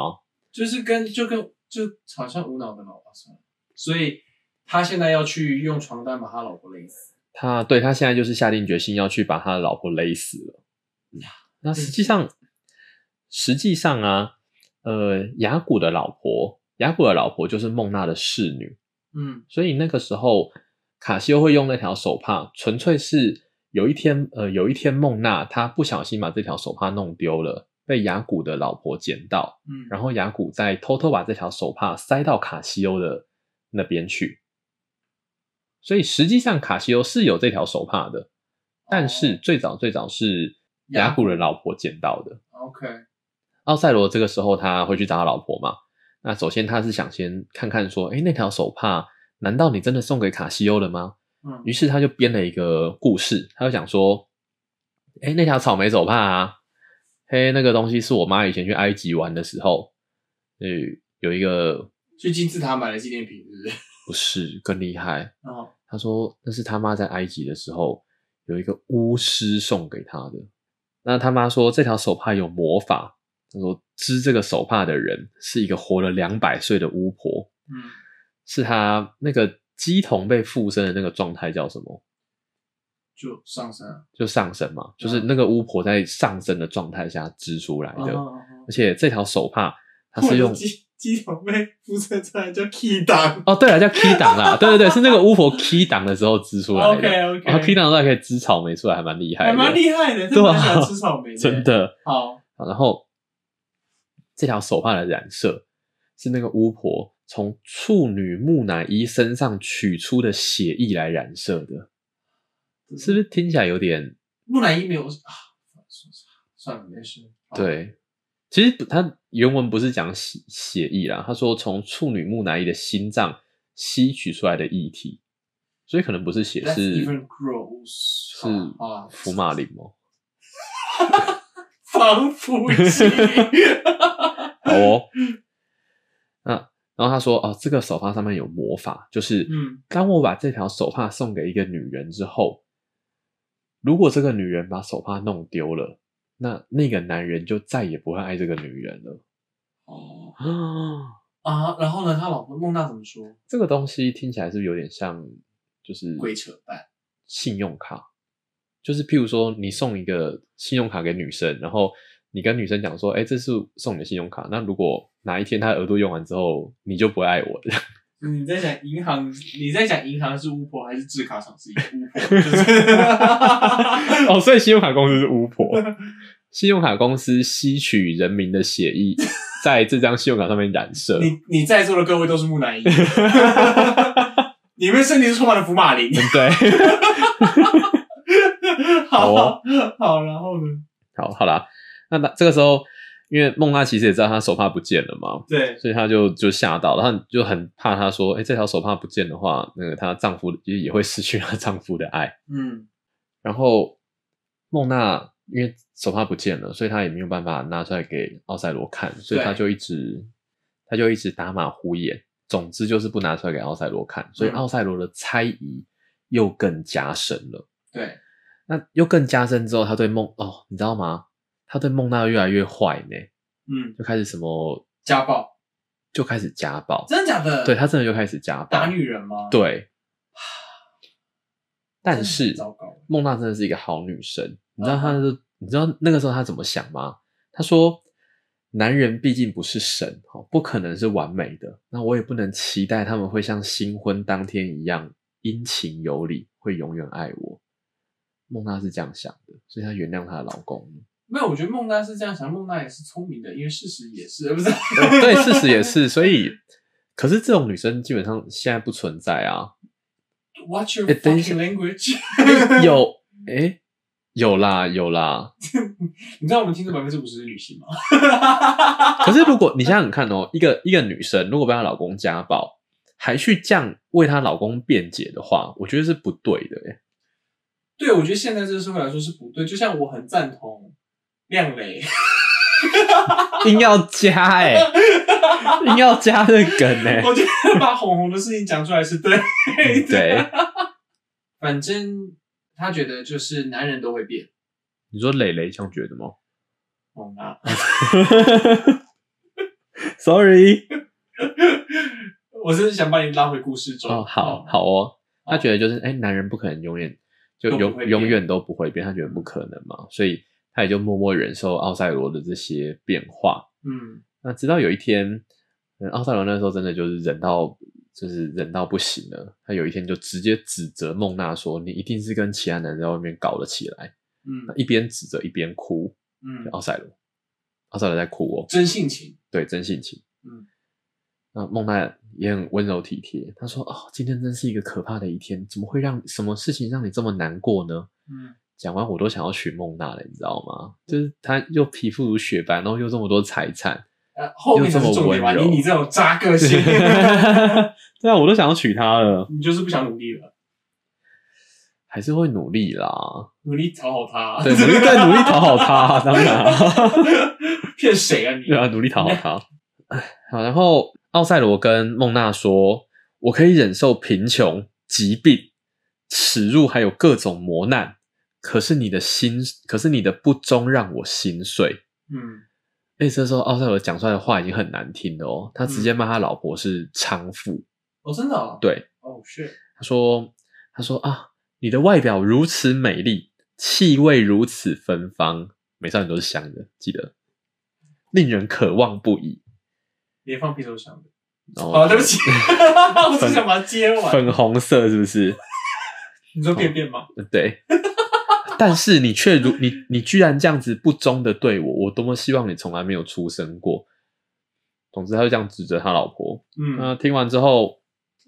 [SPEAKER 2] 就是跟就跟就好像无脑的老婆算了，所以他现在要去用床单把他老婆勒死。
[SPEAKER 1] 他对他现在就是下定决心要去把他的老婆勒死了。嗯那实际上，实际上啊，呃，雅古的老婆，雅古的老婆就是孟娜的侍女，
[SPEAKER 2] 嗯
[SPEAKER 1] 所以那个时候卡西欧会用那条手帕，纯粹是有一天，呃，有一天孟娜她不小心把这条手帕弄丢了，被雅古的老婆捡到，
[SPEAKER 2] 嗯，
[SPEAKER 1] 然后雅古再偷偷把这条手帕塞到卡西欧的那边去。所以实际上卡西欧是有这条手帕的，但是最早最早是雅古的老婆捡到的。
[SPEAKER 2] OK，
[SPEAKER 1] 奥赛罗这个时候他会去找他老婆嘛？那首先他是想先看看说，哎，那条手帕难道你真的送给卡西欧了吗？
[SPEAKER 2] 嗯
[SPEAKER 1] 于是他就编了一个故事，他就想说，哎，那条草莓手帕啊，嘿，那个东西是我妈以前去埃及玩的时候，呃，有一个
[SPEAKER 2] 去金字塔买了纪念品，是不是？
[SPEAKER 1] 不是更厉害，
[SPEAKER 2] 然 *laughs* 后
[SPEAKER 1] 他说那是他妈在埃及的时候有一个巫师送给他的。那他妈说这条手帕有魔法，他说织这个手帕的人是一个活了两百岁的巫婆，
[SPEAKER 2] 嗯，
[SPEAKER 1] 是她那个鸡童被附身的那个状态叫什么？
[SPEAKER 2] 就上身了。
[SPEAKER 1] 就上身嘛，就是
[SPEAKER 2] 嗯
[SPEAKER 1] 那个巫婆在上身的状态下织出来的。
[SPEAKER 2] 哦哦
[SPEAKER 1] 而且这条手帕它
[SPEAKER 2] 哦
[SPEAKER 1] 是用
[SPEAKER 2] 我的鸡鸡头被肤色出来叫 key 档。
[SPEAKER 1] 哦，对了，叫 key 档啦，对对对，是那个巫婆 key 档的时候织出来的。
[SPEAKER 2] OK OK，
[SPEAKER 1] 然后 key 档出来可以织草莓出来，还蛮厉害的，
[SPEAKER 2] 还蛮厉害的，
[SPEAKER 1] 对啊
[SPEAKER 2] 真的很喜欢吃草莓，
[SPEAKER 1] 真。的。
[SPEAKER 2] 好，
[SPEAKER 1] 好然后这条手帕的染色是那个巫婆从处女木乃伊身上取出的血液来染色的，是不是听起来有点
[SPEAKER 2] 木乃伊没有啊？算了，没事。好，
[SPEAKER 1] 对？其实不它原文不是讲血血液啦，他说从处女木乃伊的心脏吸取出来的液体，所以可能不是血，
[SPEAKER 2] That's
[SPEAKER 1] 是
[SPEAKER 2] even gross。
[SPEAKER 1] 是
[SPEAKER 2] 啊，
[SPEAKER 1] 福马林哦。
[SPEAKER 2] 防腐剂。
[SPEAKER 1] *laughs* 好哦，
[SPEAKER 2] 嗯
[SPEAKER 1] 那然后他说哦，这个手帕上面有魔法，就是
[SPEAKER 2] 嗯
[SPEAKER 1] 当我把这条手帕送给一个女人之后，如果这个女人把手帕弄丢了，那那个男人就再也不会爱这个女人了。 *gasps*
[SPEAKER 2] 哦
[SPEAKER 1] 啊，
[SPEAKER 2] 啊，然后呢？他老婆孟娜怎么说？
[SPEAKER 1] 这个东西听起来是不是有点像，就是
[SPEAKER 2] 鬼扯淡。
[SPEAKER 1] 信用卡，就是譬如说你送一个信用卡给女生，然后你跟女生讲说，哎、这是送你的信用卡，那如果哪一天她额度用完之后，你就不会爱我了。
[SPEAKER 2] 你在讲银行？你在讲银行是巫婆还是制卡厂是
[SPEAKER 1] *laughs*
[SPEAKER 2] 巫婆？就是、 *laughs*
[SPEAKER 1] 哦，所以信用卡公司是巫婆。信用卡公司吸取人民的血液，在这张信用卡上面染色，
[SPEAKER 2] 你你在座的各位都是木乃伊，你们身体是充满了福
[SPEAKER 1] *laughs*
[SPEAKER 2] 马林。
[SPEAKER 1] 对，好
[SPEAKER 2] 好，
[SPEAKER 1] 哦
[SPEAKER 2] 好，然后呢？
[SPEAKER 1] 好，好啦，那那这个时候，因为孟娜其实也知道她手帕不见了嘛，
[SPEAKER 2] 对，
[SPEAKER 1] 所以她就就吓到了，她就很怕她说，哎、这条手帕不见的话，那个她丈夫也也会失去她丈夫的爱。
[SPEAKER 2] 嗯，
[SPEAKER 1] 然后孟娜因为手帕不见了，所以她也没有办法拿出来给奥赛罗看，所以她就一直她就一直打马虎眼，总之就是不拿出来给奥赛罗看，所以
[SPEAKER 2] 嗯
[SPEAKER 1] 奥赛罗的猜疑又更加深了。
[SPEAKER 2] 对，
[SPEAKER 1] 那又更加深之后，他对孟哦，你知道吗？他对孟娜越来越坏呢，
[SPEAKER 2] 嗯，
[SPEAKER 1] 就开始什么
[SPEAKER 2] 家暴，
[SPEAKER 1] 就开始家暴，
[SPEAKER 2] 真的假的？
[SPEAKER 1] 对他真的就开始家暴
[SPEAKER 2] 打，女人吗？，
[SPEAKER 1] 对。但
[SPEAKER 2] 真的很
[SPEAKER 1] 是
[SPEAKER 2] 糟糕，
[SPEAKER 1] 孟娜真的是一个好女生，你知道她
[SPEAKER 2] 嗯
[SPEAKER 1] 是、你知道那个时候她怎么想吗？她说：“男人毕竟不是神，哦，不可能是完美的。那我也不能期待他们会像新婚当天一样殷勤有礼，会永远爱我。”孟娜是这样想的，所以她原谅她的老公。
[SPEAKER 2] 没有，我觉得孟娜是这样想，孟娜也是聪明的，因为事实也是，呃不是？
[SPEAKER 1] 哦对，事实也是。所以，可是这种女生基本上现在不存在啊。
[SPEAKER 2] What's your
[SPEAKER 1] 哎等一下
[SPEAKER 2] fucking language？
[SPEAKER 1] 诶有，诶、有啦，有啦，
[SPEAKER 2] 你知道我们听众百分之五十是女性吗？
[SPEAKER 1] *laughs* 可是如果你想想看哦，一个一个女生如果被她老公家暴，还去这样为她老公辩解的话，我觉得是不对的耶。
[SPEAKER 2] 对，我觉得现在这个社会来说是不对。就像我很赞同亮磊， *laughs*
[SPEAKER 1] 欸硬要加哎，硬要加这个梗哎，
[SPEAKER 2] 我觉得把红红的事情讲出来是对的。
[SPEAKER 1] 嗯对，
[SPEAKER 2] *laughs* 反正他觉得就是男人都会变，
[SPEAKER 1] 你说磊磊这样觉得
[SPEAKER 2] *laughs*
[SPEAKER 1] 吗
[SPEAKER 2] 猛啊！
[SPEAKER 1] ？Sorry，
[SPEAKER 2] *laughs* 我真是想把你拉回故事中。嗯
[SPEAKER 1] 哦，好好哦，他觉得就是哎，男人不可能永远就
[SPEAKER 2] 都不
[SPEAKER 1] 永
[SPEAKER 2] 会变
[SPEAKER 1] 永远都不会变，他觉得不可能嘛，所以他也就默默忍受奥赛罗的这些变化。
[SPEAKER 2] 嗯，
[SPEAKER 1] 那直到有一天，嗯，奥赛罗那时候真的就是忍到就是忍到不行了，他有一天就直接指责孟娜说：“你一定是跟其他男人在外面搞了起来。”
[SPEAKER 2] 嗯
[SPEAKER 1] 那一边指责一边哭，
[SPEAKER 2] 嗯
[SPEAKER 1] 就
[SPEAKER 2] 嗯，
[SPEAKER 1] 奥赛罗，奥赛罗在哭哦，
[SPEAKER 2] 真性情。
[SPEAKER 1] 对，真性情。
[SPEAKER 2] 嗯，
[SPEAKER 1] 那孟娜也很温柔体贴，她说：“哦，今天真是一个可怕的一天，怎么会让什么事情让你这么难过呢？”
[SPEAKER 2] 嗯，
[SPEAKER 1] 讲完我都想要娶孟娜了，你知道吗？就是她又皮肤如雪白，然后又这么多财产，
[SPEAKER 2] 呃，后面才是重点吧？
[SPEAKER 1] 又这么温
[SPEAKER 2] 你
[SPEAKER 1] 柔
[SPEAKER 2] 你这种渣个性，
[SPEAKER 1] *laughs* 对啊，我都想要娶她了，
[SPEAKER 2] 你就是不想努力了，
[SPEAKER 1] 还是会努力啦，
[SPEAKER 2] 努力讨好
[SPEAKER 1] *laughs*
[SPEAKER 2] 他。
[SPEAKER 1] 对，努力再努力讨好她，当然 *laughs* 啊，
[SPEAKER 2] *laughs* 骗谁啊你？
[SPEAKER 1] 对啊，努力讨好她。哎，好，然后奥赛罗跟孟娜说：“我可以忍受贫穷、疾病、耻辱，还有各种磨难，可是你的心，可是你的不忠让我心碎。”
[SPEAKER 2] 嗯
[SPEAKER 1] 哎，这时候奥赛罗讲出来的话已经很难听了哦，他直接骂他老婆是娼妇。
[SPEAKER 2] 哦，真的、哦？
[SPEAKER 1] 对，
[SPEAKER 2] 哦，是，
[SPEAKER 1] 他说：“他说啊，你的外表如此美丽，气味如此芬芳，每少女都是香的，记得，令人渴望不已。
[SPEAKER 2] 连放屁都想的。
[SPEAKER 1] 然后
[SPEAKER 2] 哦，对不起，我只想把它接完。
[SPEAKER 1] 粉红色是不是？
[SPEAKER 2] 你说便便吗？ *laughs*
[SPEAKER 1] 对。但是你却如你你居然这样子不忠的对我，我多么希望你从来没有出生过。”总之，他就这样指责他老婆。
[SPEAKER 2] 嗯
[SPEAKER 1] 那听完之后，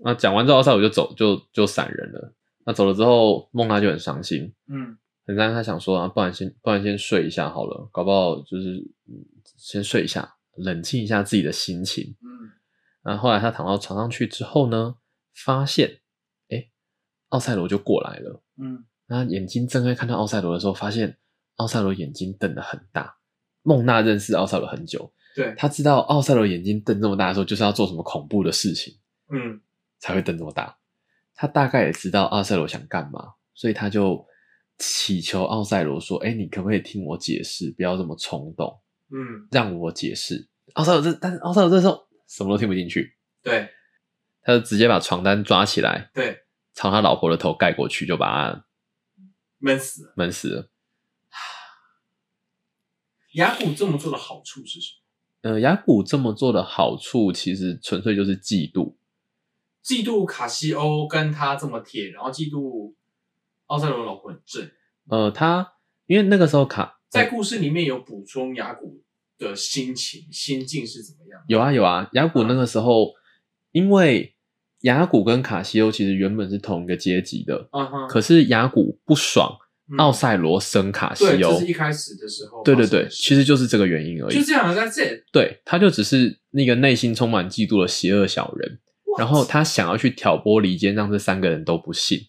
[SPEAKER 1] 那讲完之后，奥赛我就走，就就闪人了。那走了之后，孟娜就很伤心，
[SPEAKER 2] 嗯
[SPEAKER 1] 很伤心。她想说啊，不然先不然先睡一下好了，搞不好就是嗯先睡一下，冷静一下自己的心情。
[SPEAKER 2] 嗯，
[SPEAKER 1] 那后来她躺到床上去之后呢，发现哎，奥赛罗就过来了。
[SPEAKER 2] 嗯
[SPEAKER 1] 那眼睛睁开看到奥赛罗的时候，发现奥赛罗眼睛瞪得很大。孟娜认识奥赛罗很久，
[SPEAKER 2] 对，
[SPEAKER 1] 她知道奥赛罗眼睛瞪这么大的时候，就是要做什么恐怖的事情。
[SPEAKER 2] 嗯
[SPEAKER 1] 才会瞪这么大。他大概也知道奥赛罗想干嘛，所以他就祈求奥赛罗说：“哎、你可不可以听我解释，不要这么冲动，
[SPEAKER 2] 嗯，
[SPEAKER 1] 让我解释。”奥赛罗这，但是奥赛罗这时候什么都听不进去，
[SPEAKER 2] 对
[SPEAKER 1] 他就直接把床单抓起来，
[SPEAKER 2] 对，
[SPEAKER 1] 朝他老婆的头盖过去，就把他
[SPEAKER 2] 闷死了。
[SPEAKER 1] 闷死了。
[SPEAKER 2] 雅虎这么做的好处是什么？
[SPEAKER 1] 呃，雅古这么做的好处，其实纯粹就是嫉妒。
[SPEAKER 2] 嫉妒卡西欧跟他这么铁，然后嫉妒奥赛罗的老婆很正。
[SPEAKER 1] 呃，他因为那个时候卡
[SPEAKER 2] 在故事里面有补充雅古的心情、心境是怎么样？
[SPEAKER 1] 有啊有啊，雅古那个时候，因为雅古跟卡西欧其实原本是同一个阶级的，
[SPEAKER 2] 啊哈，
[SPEAKER 1] 可是雅古不爽
[SPEAKER 2] 嗯
[SPEAKER 1] 奥赛罗升卡西
[SPEAKER 2] 对，这
[SPEAKER 1] 欧
[SPEAKER 2] 是，一开始的时候发
[SPEAKER 1] 对对
[SPEAKER 2] 生的
[SPEAKER 1] 对，
[SPEAKER 2] 事。
[SPEAKER 1] 其实就是这个原因而已
[SPEAKER 2] 就。这样，啊在这，
[SPEAKER 1] 对，他就只是那个内心充满嫉妒的邪恶小人，然后他想要去挑拨离间，让这三个人都不信。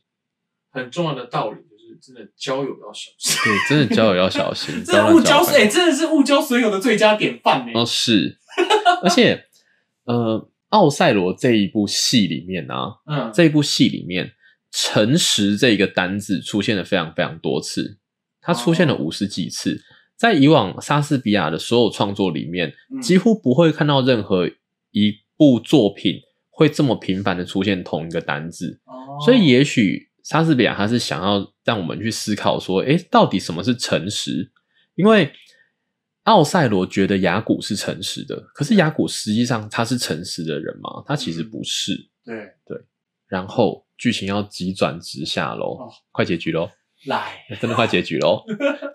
[SPEAKER 2] 很重要的道理就是，真的交友要小心。
[SPEAKER 1] 对，真的交友要小心，
[SPEAKER 2] *laughs* 真的误交，
[SPEAKER 1] 谁？
[SPEAKER 2] 哎、真的是误交所有的最佳典范哎、
[SPEAKER 1] 哦，是，而且呃，奥赛罗这一部戏里面啊，
[SPEAKER 2] 嗯，
[SPEAKER 1] 这一部戏里面，“诚实”这个单字出现了非常非常多次，它出现了
[SPEAKER 2] 哦
[SPEAKER 1] 五十几次。在以往莎士比亚的所有创作里面，
[SPEAKER 2] 嗯
[SPEAKER 1] 几乎不会看到任何一部作品会这么频繁的出现同一个单字。
[SPEAKER 2] 嗯，
[SPEAKER 1] 所以，也许莎士比亚他是想要让我们去思考说，诶，到底什么是诚实？因为奥赛罗觉得雅古是诚实的，可是雅古实际上他是诚实的人吗？他其实
[SPEAKER 2] 嗯
[SPEAKER 1] 不是。
[SPEAKER 2] 对，
[SPEAKER 1] 然后剧情要急转直下喽，
[SPEAKER 2] 哦
[SPEAKER 1] 快结局喽， *laughs*
[SPEAKER 2] 来，
[SPEAKER 1] 真的快结局喽，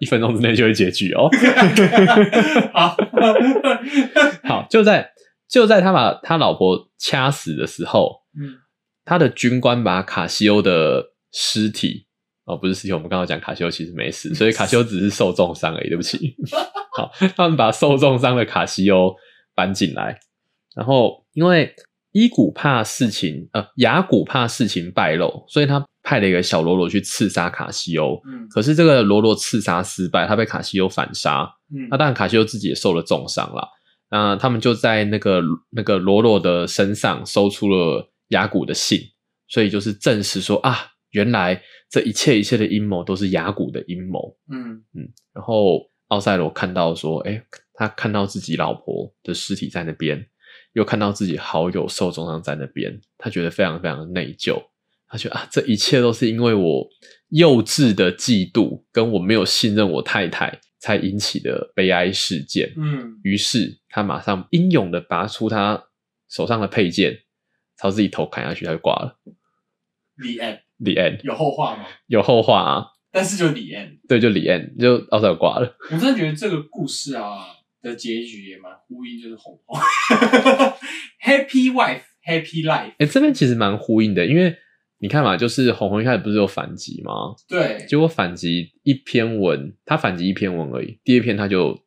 [SPEAKER 1] 一分钟之内就会结局哦。
[SPEAKER 2] 好，
[SPEAKER 1] 好，就在就在他把他老婆掐死的时候，
[SPEAKER 2] 嗯
[SPEAKER 1] 他的军官把卡西欧的尸体哦，不是尸体，我们刚刚讲卡西欧其实没死，所以卡西欧只是受重伤而已，对不起。 *laughs* 好，他们把受重伤的卡西欧搬进来，然后因为伊古怕事情呃雅古怕事情败露，所以他派了一个小喽啰去刺杀卡西欧。
[SPEAKER 2] 嗯
[SPEAKER 1] 可是这个喽啰刺杀失败，他被卡西欧反杀，
[SPEAKER 2] 嗯
[SPEAKER 1] 那当然，卡西欧自己也受了重伤啦。那他们就在那个那个罗罗的身上搜出了雅古的信，所以就是证实说啊，原来这一切一切的阴谋都是雅古的阴谋。
[SPEAKER 2] 嗯
[SPEAKER 1] 然后奥赛罗看到说，哎，他看到自己老婆的尸体在那边，又看到自己好友受重伤在那边，他觉得非常非常的内疚。他觉得啊，这一切都是因为我幼稚的嫉妒，跟我没有信任我太太才引起的悲哀事件。
[SPEAKER 2] 嗯，
[SPEAKER 1] 于是他马上英勇的拔出他手上的佩剑，朝自己头砍下去，他就挂了。
[SPEAKER 2] 李安
[SPEAKER 1] The end，
[SPEAKER 2] 有后话吗？
[SPEAKER 1] 有后话啊，
[SPEAKER 2] 但是就李安，
[SPEAKER 1] 对，就 The end，就奥赛尔挂了。
[SPEAKER 2] 我真的觉得这个故事啊的结局也蛮呼应，就是红红 *laughs* ，Happy Wife Happy Life，
[SPEAKER 1] 哎、这边其实蛮呼应的，因为你看嘛，就是红红一开始不是有反击吗？
[SPEAKER 2] 对，
[SPEAKER 1] 结果反击一篇文，他反击一篇文而已，第二篇他就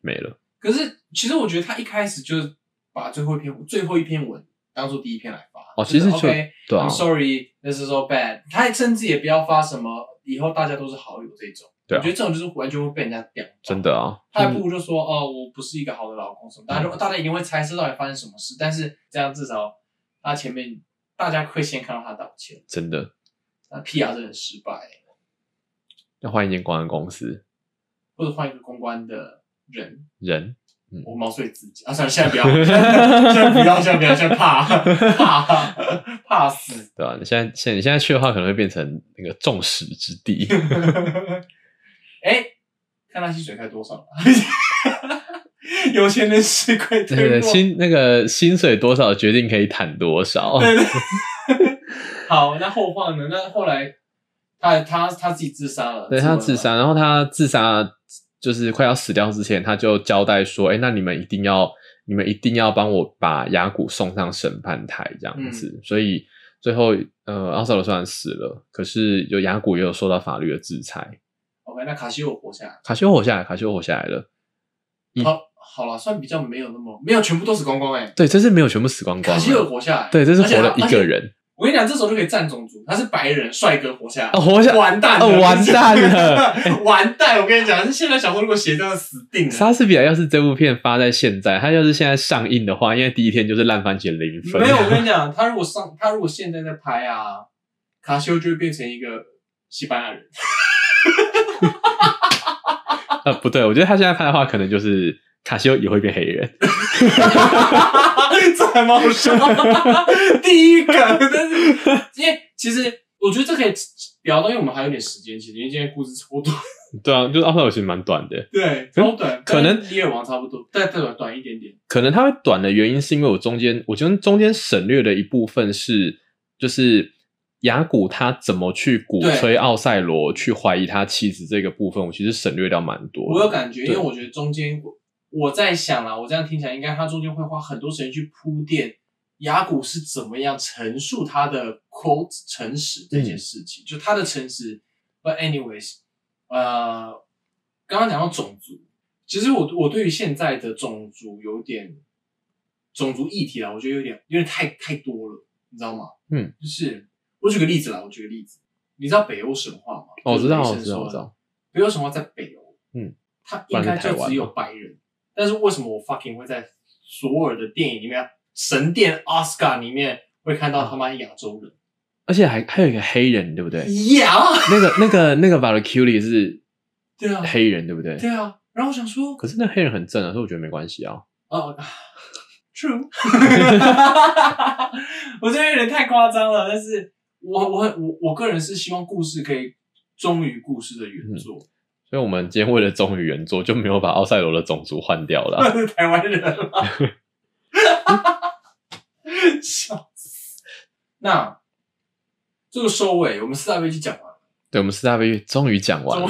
[SPEAKER 1] 没了。
[SPEAKER 2] 可是其实我觉得他一开始就是把最后一篇最后一篇文当做第一篇来发，
[SPEAKER 1] 哦其
[SPEAKER 2] 就是
[SPEAKER 1] 实就
[SPEAKER 2] OK，
[SPEAKER 1] 对啊
[SPEAKER 2] I'm，sorry, this is so bad。他甚至也不要发什么以后大家都是好友这种。
[SPEAKER 1] 对啊
[SPEAKER 2] 我觉得这种就是完全会被人家掉。
[SPEAKER 1] 真，的啊，
[SPEAKER 2] 他还
[SPEAKER 1] 就是
[SPEAKER 2] 不如就说哦，我不是一个好的老公什么，大家
[SPEAKER 1] 嗯
[SPEAKER 2] 就大家一定会猜测到底发生什么事，但是这样至少他前面大家会先看到他道歉。
[SPEAKER 1] 真的
[SPEAKER 2] 那 PR 真的很失败，欸
[SPEAKER 1] 要换一间公安公司
[SPEAKER 2] 或者换一个公关的人，
[SPEAKER 1] 人。
[SPEAKER 2] 我毛遂自荐啊！算了，现在
[SPEAKER 1] *laughs*
[SPEAKER 2] 不要，现在不要，现在不要，现在怕 *laughs* 怕怕死。
[SPEAKER 1] 对吧、你现在现在你现在去的话，可能会变成那个众矢之
[SPEAKER 2] *laughs*
[SPEAKER 1] 的。
[SPEAKER 2] 哎、看他薪水开多少了， *laughs* 有钱人吃亏
[SPEAKER 1] 对
[SPEAKER 2] 对
[SPEAKER 1] 对，
[SPEAKER 2] 弱。
[SPEAKER 1] 薪 *laughs* 那个薪水多少决定可以谈多少。
[SPEAKER 2] 对对好，那后话呢？那后来他他他自己啊自杀了，
[SPEAKER 1] 对他自杀，然后他自杀就是快要死掉之前，他就交代说：“哎，那你们一定要，你们一定要帮我把雅古送上审判台，这样子。
[SPEAKER 2] 嗯
[SPEAKER 1] 所以最后，呃，奥萨罗虽然死了，可是有雅古也有受到法律的制裁。
[SPEAKER 2] OK，那卡西欧活下来，
[SPEAKER 1] 卡西欧活下来，卡西欧活下来了。嗯
[SPEAKER 2] 好好了，算比较没有那么没有全部都死光光哎、
[SPEAKER 1] 对，这是没有全部死光光
[SPEAKER 2] 卡
[SPEAKER 1] 啊。
[SPEAKER 2] 西欧活下来，
[SPEAKER 1] 对，这是
[SPEAKER 2] 而且
[SPEAKER 1] 活
[SPEAKER 2] 他
[SPEAKER 1] 了一个。人
[SPEAKER 2] 而且我跟你讲，这时候就可以占种族，他是白人帅哥活下来
[SPEAKER 1] *laughs* 哦，，活下
[SPEAKER 2] 完蛋了，
[SPEAKER 1] 哦完蛋了
[SPEAKER 2] *laughs* 完蛋！我跟你讲，现在想说，如果写这样死定了，
[SPEAKER 1] 莎士比亚要是这部片发在现在，他要是现在上映的话，因为第一天就是烂番茄零分。*laughs*
[SPEAKER 2] 没有，我跟你讲，他如果上，他如果现在在拍啊，卡西欧就会变成一个西
[SPEAKER 1] *laughs*
[SPEAKER 2] 班牙人，
[SPEAKER 1] 呃，不对，我觉得他现在拍的话，可能就是卡西欧也会变黑人。
[SPEAKER 2] 这还蛮好笑。第一个，但是因为其实我觉得这可以聊到，因为我们还有点时间，其实因为今天故事超
[SPEAKER 1] *laughs*
[SPEAKER 2] 短，
[SPEAKER 1] 对啊，就是奥赛尔其实蛮短的，
[SPEAKER 2] 对，超短，
[SPEAKER 1] 可能
[SPEAKER 2] 跟李尔王差不多，但但短短一点点。
[SPEAKER 1] 可能它会短的原因是因为我中间，我觉得中间省略了一部分是，就是雅古他怎么去鼓
[SPEAKER 2] 对
[SPEAKER 1] 吹奥赛罗去怀疑他妻子这个部分，我其实省略掉蛮多。
[SPEAKER 2] 我有感觉，因为
[SPEAKER 1] 对
[SPEAKER 2] 我觉得中间我我在想啦，我这样听起来，应该他中间会花很多时间去铺垫雅古是怎么样陈述他的 quote 诚实这
[SPEAKER 1] 嗯
[SPEAKER 2] 件事情，就他的诚实。But anyways，呃，刚刚讲到种族，其实我我对于现在的种族有点种族议题啊，我觉得有点有点太太多了，你知道吗？
[SPEAKER 1] 嗯，
[SPEAKER 2] 就是我举个例子啦，我举个例子，你知道北欧神话吗？
[SPEAKER 1] 哦，我知道，我
[SPEAKER 2] 就是雷神
[SPEAKER 1] 知道，
[SPEAKER 2] 说
[SPEAKER 1] 我
[SPEAKER 2] 的
[SPEAKER 1] 知道，
[SPEAKER 2] 北欧神话在北欧，
[SPEAKER 1] 嗯，
[SPEAKER 2] 它应该就只有白人。但是为什么我 fucking 会在所有的电影里面，神殿 Oscar 里面会看到他妈亚洲人？
[SPEAKER 1] 而且还还有一个黑人，嗯对不对？
[SPEAKER 2] 呀、
[SPEAKER 1] 那个、那个、那个 v a l k u l i 是
[SPEAKER 2] 对啊，
[SPEAKER 1] 黑人，对不对？
[SPEAKER 2] 对啊。然后我想说，
[SPEAKER 1] 可是那黑人很正啊，所以我觉得没关系啊。
[SPEAKER 2] 哦、t r u e *laughs* 我觉得有点太夸张了，但是我我很我我个人是希望故事可以忠于故事的
[SPEAKER 1] 嗯
[SPEAKER 2] 原作，
[SPEAKER 1] 所以我们今天为了忠于原作，就没有把奥赛罗的种族换掉了啊。
[SPEAKER 2] 那是台湾
[SPEAKER 1] *laughs*
[SPEAKER 2] 人了，笑死。那这个收尾，我们四大悲剧讲完了
[SPEAKER 1] 对，我们四大悲剧终于讲完了，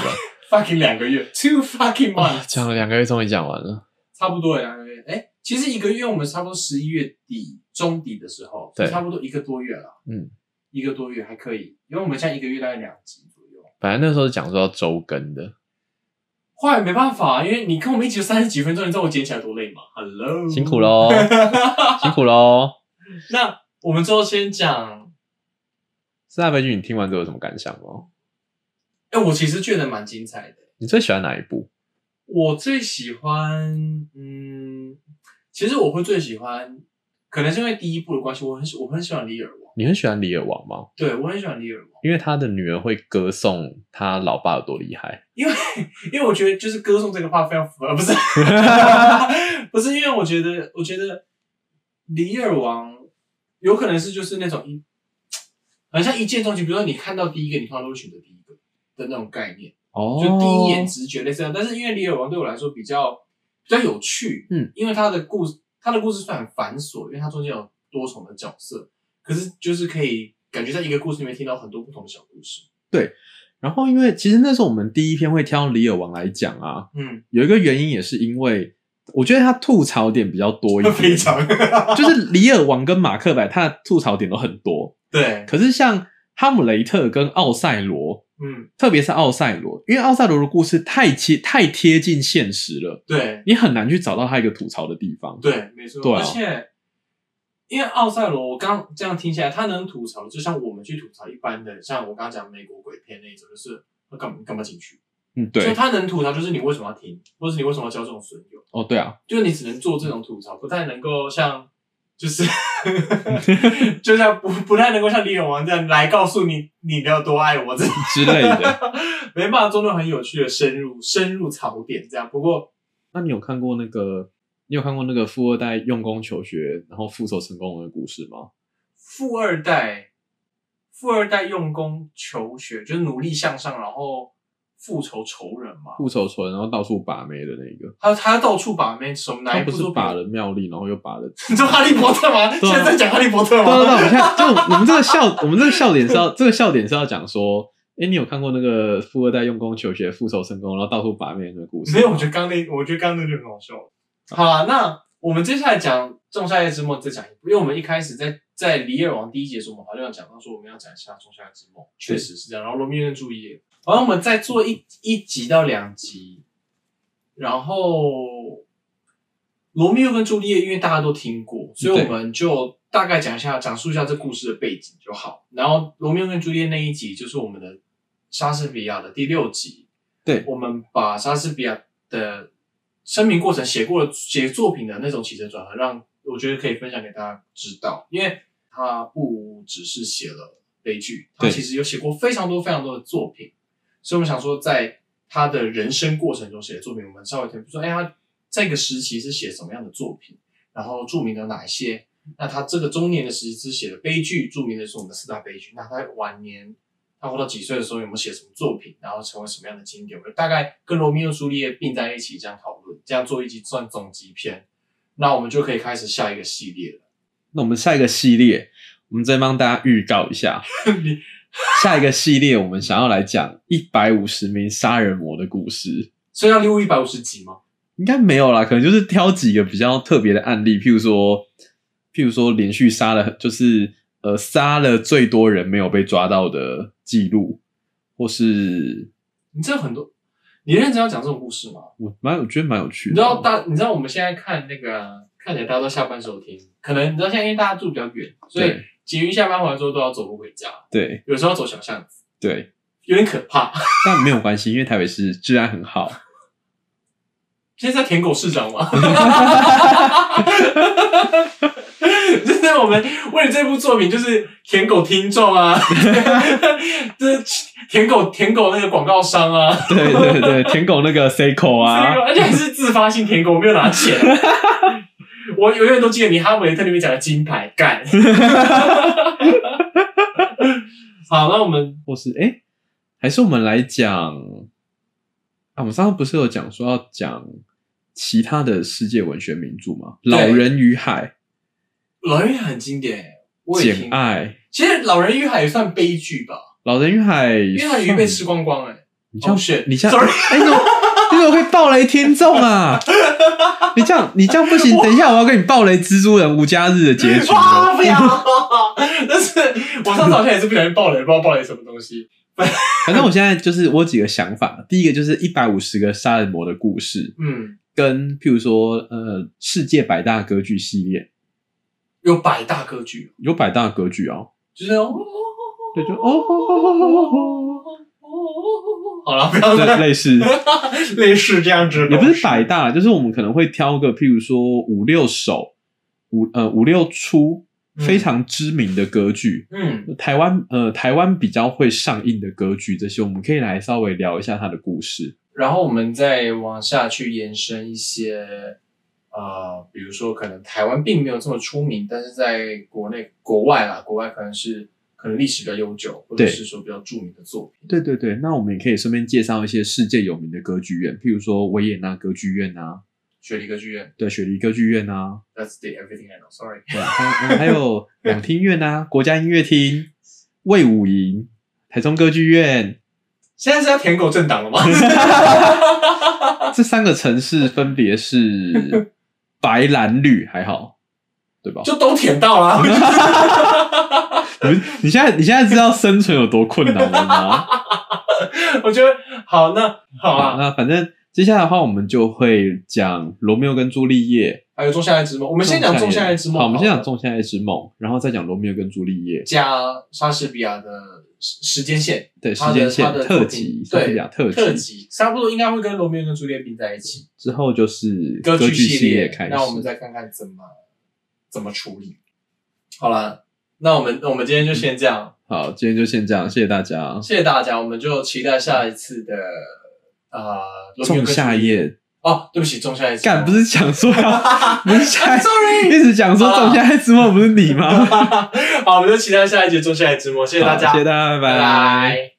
[SPEAKER 2] ，fucking 两个月，two fucking
[SPEAKER 1] 哇
[SPEAKER 2] months，、
[SPEAKER 1] 讲了两个月，终于讲完了。
[SPEAKER 2] 差不多两个月。哎、其实一个月，我们差不多十一月底中底的时候，
[SPEAKER 1] 对
[SPEAKER 2] 差不多一个多月了，
[SPEAKER 1] 嗯，
[SPEAKER 2] 一个多月还可以，因为我们现在一个月大概两集左右。
[SPEAKER 1] 本来那时候是讲说要周更的，
[SPEAKER 2] 后来没办法，因为你跟我们一起三十几分钟，你知道我剪起来多累吗？Hello，
[SPEAKER 1] 辛苦。
[SPEAKER 2] *laughs*
[SPEAKER 1] 喽，辛苦喽。
[SPEAKER 2] 那我们之后先讲
[SPEAKER 1] 四大悲剧，你听完之后有什么感想吗？
[SPEAKER 2] 哎、我其实觉得蛮精彩的。
[SPEAKER 1] 你最喜欢哪一部？
[SPEAKER 2] 我最喜欢，嗯，其实我会最喜欢，可能是因为第一部的关系，我很喜我很喜欢李尔王，
[SPEAKER 1] 你很喜欢李尔王吗？
[SPEAKER 2] 对我很喜欢李尔王，
[SPEAKER 1] 因为他的女儿会歌颂他老爸有多厉害。
[SPEAKER 2] 因为因为我觉得就是歌颂这个话非常符合，不是不是，因为我觉得我觉得李尔王有可能是就是那种一，很像一见钟情，比如说你看到第一个，你通常都会选择第一个的那种概念，
[SPEAKER 1] 哦
[SPEAKER 2] 就第一眼直觉类似这样。但是因为李尔王对我来说比较比较有趣，
[SPEAKER 1] 嗯，
[SPEAKER 2] 因为他的故事他的故事虽然很繁琐，因为他中间有多重的角色，可是就是可以感觉在一个故事里面听到很多不同的小故事。
[SPEAKER 1] 然后，因为其实那时候我们第一篇会挑李尔王来讲啊，
[SPEAKER 2] 嗯，
[SPEAKER 1] 有一个原因也是因为我觉得他吐槽点比较多一点，
[SPEAKER 2] *laughs* 非常
[SPEAKER 1] 就是李尔王跟马克白他的吐槽点都很多，
[SPEAKER 2] 对，
[SPEAKER 1] 可是像哈姆雷特跟奥赛罗，
[SPEAKER 2] 嗯，
[SPEAKER 1] 特别是奥赛罗，因为奥赛罗的故事太贴太贴近现实了，
[SPEAKER 2] 对
[SPEAKER 1] 你很难去找到他一个吐槽的地方。
[SPEAKER 2] 对，没错，
[SPEAKER 1] 对啊
[SPEAKER 2] 而且。因为奥赛罗，我刚这样听下来，他能吐槽，就像我们去吐槽一般的，像我刚刚讲美国鬼片那一种，就是他干嘛干嘛进去？
[SPEAKER 1] 嗯，
[SPEAKER 2] 就
[SPEAKER 1] 对，
[SPEAKER 2] 他能吐槽，就是你为什么要听，或者是你为什么要交这种损友，
[SPEAKER 1] 哦，对啊，
[SPEAKER 2] 就是你只能做这种吐槽，不太能够像，就是 *laughs* 就像不不太能够像李永王这样来告诉你你要多爱我这样， *laughs*
[SPEAKER 1] 之类的。
[SPEAKER 2] 没办法做那种很有趣的深入深入槽点这样。不过
[SPEAKER 1] 那你有看过那个？你有看过那个富二代用功求学，然后复仇成功的故事吗？
[SPEAKER 2] 富二代，富二代用功求学，就是努力向上，然后复仇仇人嘛。
[SPEAKER 1] 复仇成，然后到处把妹的那一个，
[SPEAKER 2] 他他到处把妹，什么哪
[SPEAKER 1] 他
[SPEAKER 2] 一
[SPEAKER 1] 不
[SPEAKER 2] 部
[SPEAKER 1] 是
[SPEAKER 2] 作品
[SPEAKER 1] 把？了妙丽，然后又把了
[SPEAKER 2] *laughs* 你说哈利波特吗？
[SPEAKER 1] 对
[SPEAKER 2] 现
[SPEAKER 1] 啊
[SPEAKER 2] 在在讲哈利波特
[SPEAKER 1] 对啊对对，
[SPEAKER 2] 吗？
[SPEAKER 1] 我们现在就我们这个笑，我们这个笑点是要这个笑点是要讲说，哎，你有看过那个富二代用功求学、复仇成功，然后到处把妹的那个故事？
[SPEAKER 2] 没有，我觉得刚那，我觉得刚那就很好笑。好啦，那我们接下来讲《仲夏夜之梦》再讲一部，因为我们一开始在在《李尔王》第一节的时候，我们好像有讲到说我们要讲一下《仲夏夜之梦》，确实是这样。然后《罗密欧与朱丽叶》，然后我们再做一一集到两集，然后《罗密欧跟朱丽叶》，因为大家都听
[SPEAKER 1] 嗯
[SPEAKER 2] 过，所以我们就大概讲一下，讲述一下这故事的背景就好。然后《罗密欧跟朱丽叶》那一集就是我们的莎士比亚的第六集，
[SPEAKER 1] 对
[SPEAKER 2] 我们把莎士比亚的生命过程写过的写作品的那种起承转合，让我觉得可以分享给大家知道，因为他不只是写了悲剧，他
[SPEAKER 1] 对
[SPEAKER 2] 其实有写过非常多非常多的作品，所以我们想说，在他的人生过程中写的作品，我们稍微填补说，哎，他这个时期是写什么样的作品，然后著名的哪些？那他这个中年的时期是写的悲剧，著名的是我们的四大悲剧。那他晚年他活到几岁的时候有没有写什么作品，然后成为什么样的经典？我们大概跟罗密欧朱丽叶并在一起这样讨论，这样做一集算总集篇。那我们就可以开始下一个系列了。
[SPEAKER 1] 那我们下一个系列，我们再帮大家预告一
[SPEAKER 2] *laughs*
[SPEAKER 1] 下，
[SPEAKER 2] 你
[SPEAKER 1] 下一个系列我们想要来讲一百五十名杀人魔的故事，
[SPEAKER 2] 所以要录一百五十集吗？
[SPEAKER 1] 应该没有啦，可能就是挑几个比较特别的案例，譬如说，譬如说连续杀了，就是呃杀了最多人没有被抓到的记录，或是
[SPEAKER 2] 你这很多，你认真要讲这种故事吗？
[SPEAKER 1] 我蛮有，我觉得蛮有趣的。
[SPEAKER 2] 你知道大，你知道我们现在看那个，啊看起来大家都下班时候听，可能你知道现在因为大家住比较远，所以
[SPEAKER 1] 对
[SPEAKER 2] 捷运下班完之后都要走路回家，
[SPEAKER 1] 对
[SPEAKER 2] 有时候要走小巷子，
[SPEAKER 1] 对，
[SPEAKER 2] 有点可怕。 *laughs*
[SPEAKER 1] 但没有关系，因为台北市治安很好。 *laughs*
[SPEAKER 2] 现在在舔狗市长吗？ *laughs* 就是我们为了这部作品，就是舔狗听众啊， *laughs* 就是舔狗舔狗那个广告商啊，
[SPEAKER 1] 对对对，舔狗那个 Seiko
[SPEAKER 2] 这个
[SPEAKER 1] 啊，
[SPEAKER 2] 而且还是自发性舔狗，没有拿钱。我永远都记得你《哈姆雷特》里面讲的金牌干。好，那我们
[SPEAKER 1] 或是哎、诶还是我们来讲啊，我们上次不是有讲说要讲其他的世界文学名著吗？《
[SPEAKER 2] 对
[SPEAKER 1] 老人与海
[SPEAKER 2] 老人与海很经典，》我
[SPEAKER 1] 《
[SPEAKER 2] 也听
[SPEAKER 1] 简
[SPEAKER 2] 过。
[SPEAKER 1] 爱》，《
[SPEAKER 2] 其实《老人与海》也算悲剧吧，
[SPEAKER 1] 老人与海》
[SPEAKER 2] 因为他的鱼被吃光光哎、欸。
[SPEAKER 1] 你这样
[SPEAKER 2] 哦，shit，
[SPEAKER 1] 你这样，
[SPEAKER 2] sorry
[SPEAKER 1] 哎、你怎么你怎么会暴雷听众啊？你这样你这样不
[SPEAKER 2] *laughs*
[SPEAKER 1] 行，等一下我要跟你暴雷《蜘蛛人无家日》的结局哦了。
[SPEAKER 2] 哇，不要！但是我上次好像也是不小心爆雷，不知道爆雷什么东西。
[SPEAKER 1] *laughs* 反正我现在就是我有几个想法，第一个就是一百五十个杀人魔的故事，
[SPEAKER 2] 嗯，
[SPEAKER 1] 跟譬如说呃世界百大歌剧系列，
[SPEAKER 2] 有百大歌剧，
[SPEAKER 1] 有百大歌剧哦，
[SPEAKER 2] 就是那种
[SPEAKER 1] 对，就哦哦哦哦哦
[SPEAKER 2] 好了，不要
[SPEAKER 1] 哦，对，
[SPEAKER 2] 再
[SPEAKER 1] 类似，
[SPEAKER 2] *laughs* 类似这样子
[SPEAKER 1] 也
[SPEAKER 2] 的东西，
[SPEAKER 1] 不是百大，就是我们可能会挑个譬如说五六首、五呃五六出
[SPEAKER 2] 嗯
[SPEAKER 1] 非常知名的歌剧，
[SPEAKER 2] 嗯。
[SPEAKER 1] 台湾呃台湾比较会上映的歌剧，这些我们可以来稍微聊一下它的故事。
[SPEAKER 2] 然后我们再往下去延伸一些，呃，比如说可能台湾并没有这么出名，但是在国内、国外啦，国外可能是可能历史比较悠久，或者
[SPEAKER 1] 对
[SPEAKER 2] 是说比较著名的作品。
[SPEAKER 1] 对对对，那我们也可以顺便介绍一些世界有名的歌剧院，譬如说维也纳歌剧院啊，
[SPEAKER 2] 雪梨歌剧院
[SPEAKER 1] 对，雪梨歌剧院啊，
[SPEAKER 2] ，That's the everything I know. Sorry，
[SPEAKER 1] 对啊，还有还有两厅院啊，国家音乐厅、魏武营、台中歌剧院，
[SPEAKER 2] 现在是要舔狗
[SPEAKER 1] *laughs*
[SPEAKER 2] 政党了吗？
[SPEAKER 1] 这三个城市分别是白蓝绿，还好，对吧？
[SPEAKER 2] 就都舔
[SPEAKER 1] *laughs*
[SPEAKER 2] 到啦。
[SPEAKER 1] 你们你现在你现在知道生存有多困难了吗？
[SPEAKER 2] 我觉得好，那 *laughs* 好
[SPEAKER 1] 好，
[SPEAKER 2] 啊，
[SPEAKER 1] 那反正接下来的话，我们就会讲罗密欧跟朱丽叶。
[SPEAKER 2] 还有《仲夏夜之梦》，我
[SPEAKER 1] 我
[SPEAKER 2] 们先讲《仲夏夜之梦》
[SPEAKER 1] 好，我们先讲
[SPEAKER 2] 了
[SPEAKER 1] 《仲夏夜之梦》，然后再讲罗密欧跟朱丽叶。
[SPEAKER 2] 加莎士比亚的时时间线
[SPEAKER 1] 对，时
[SPEAKER 2] 他的
[SPEAKER 1] 间线
[SPEAKER 2] 他的
[SPEAKER 1] 特
[SPEAKER 2] 作
[SPEAKER 1] 辑，
[SPEAKER 2] 品
[SPEAKER 1] 莎士比亚特
[SPEAKER 2] 特
[SPEAKER 1] 辑
[SPEAKER 2] 辑，差不多应该会跟罗密欧跟朱丽叶并在一起。
[SPEAKER 1] 之后就是
[SPEAKER 2] 歌
[SPEAKER 1] 剧
[SPEAKER 2] 系
[SPEAKER 1] 列开始。
[SPEAKER 2] 那我们再看看怎么怎么处理。好啦，那我们我们今天就先这样，
[SPEAKER 1] 好，今天就先这样，谢谢大家。
[SPEAKER 2] 谢谢大家，我们就期待下一次的呃罗密欧
[SPEAKER 1] 仲
[SPEAKER 2] 跟
[SPEAKER 1] 夏
[SPEAKER 2] 朱丽叶
[SPEAKER 1] 夜，
[SPEAKER 2] 哦，对不起，仲夏夜之梦
[SPEAKER 1] 干不
[SPEAKER 2] *laughs*
[SPEAKER 1] 是讲说要，不是下
[SPEAKER 2] I'm
[SPEAKER 1] 一
[SPEAKER 2] sorry，
[SPEAKER 1] 一直讲说
[SPEAKER 2] 好啦
[SPEAKER 1] 仲夏夜之梦不是你吗？
[SPEAKER 2] 好，我们就期待下一节《仲夏夜之梦》，谢谢大家，
[SPEAKER 1] 好谢谢大家，拜
[SPEAKER 2] 拜拜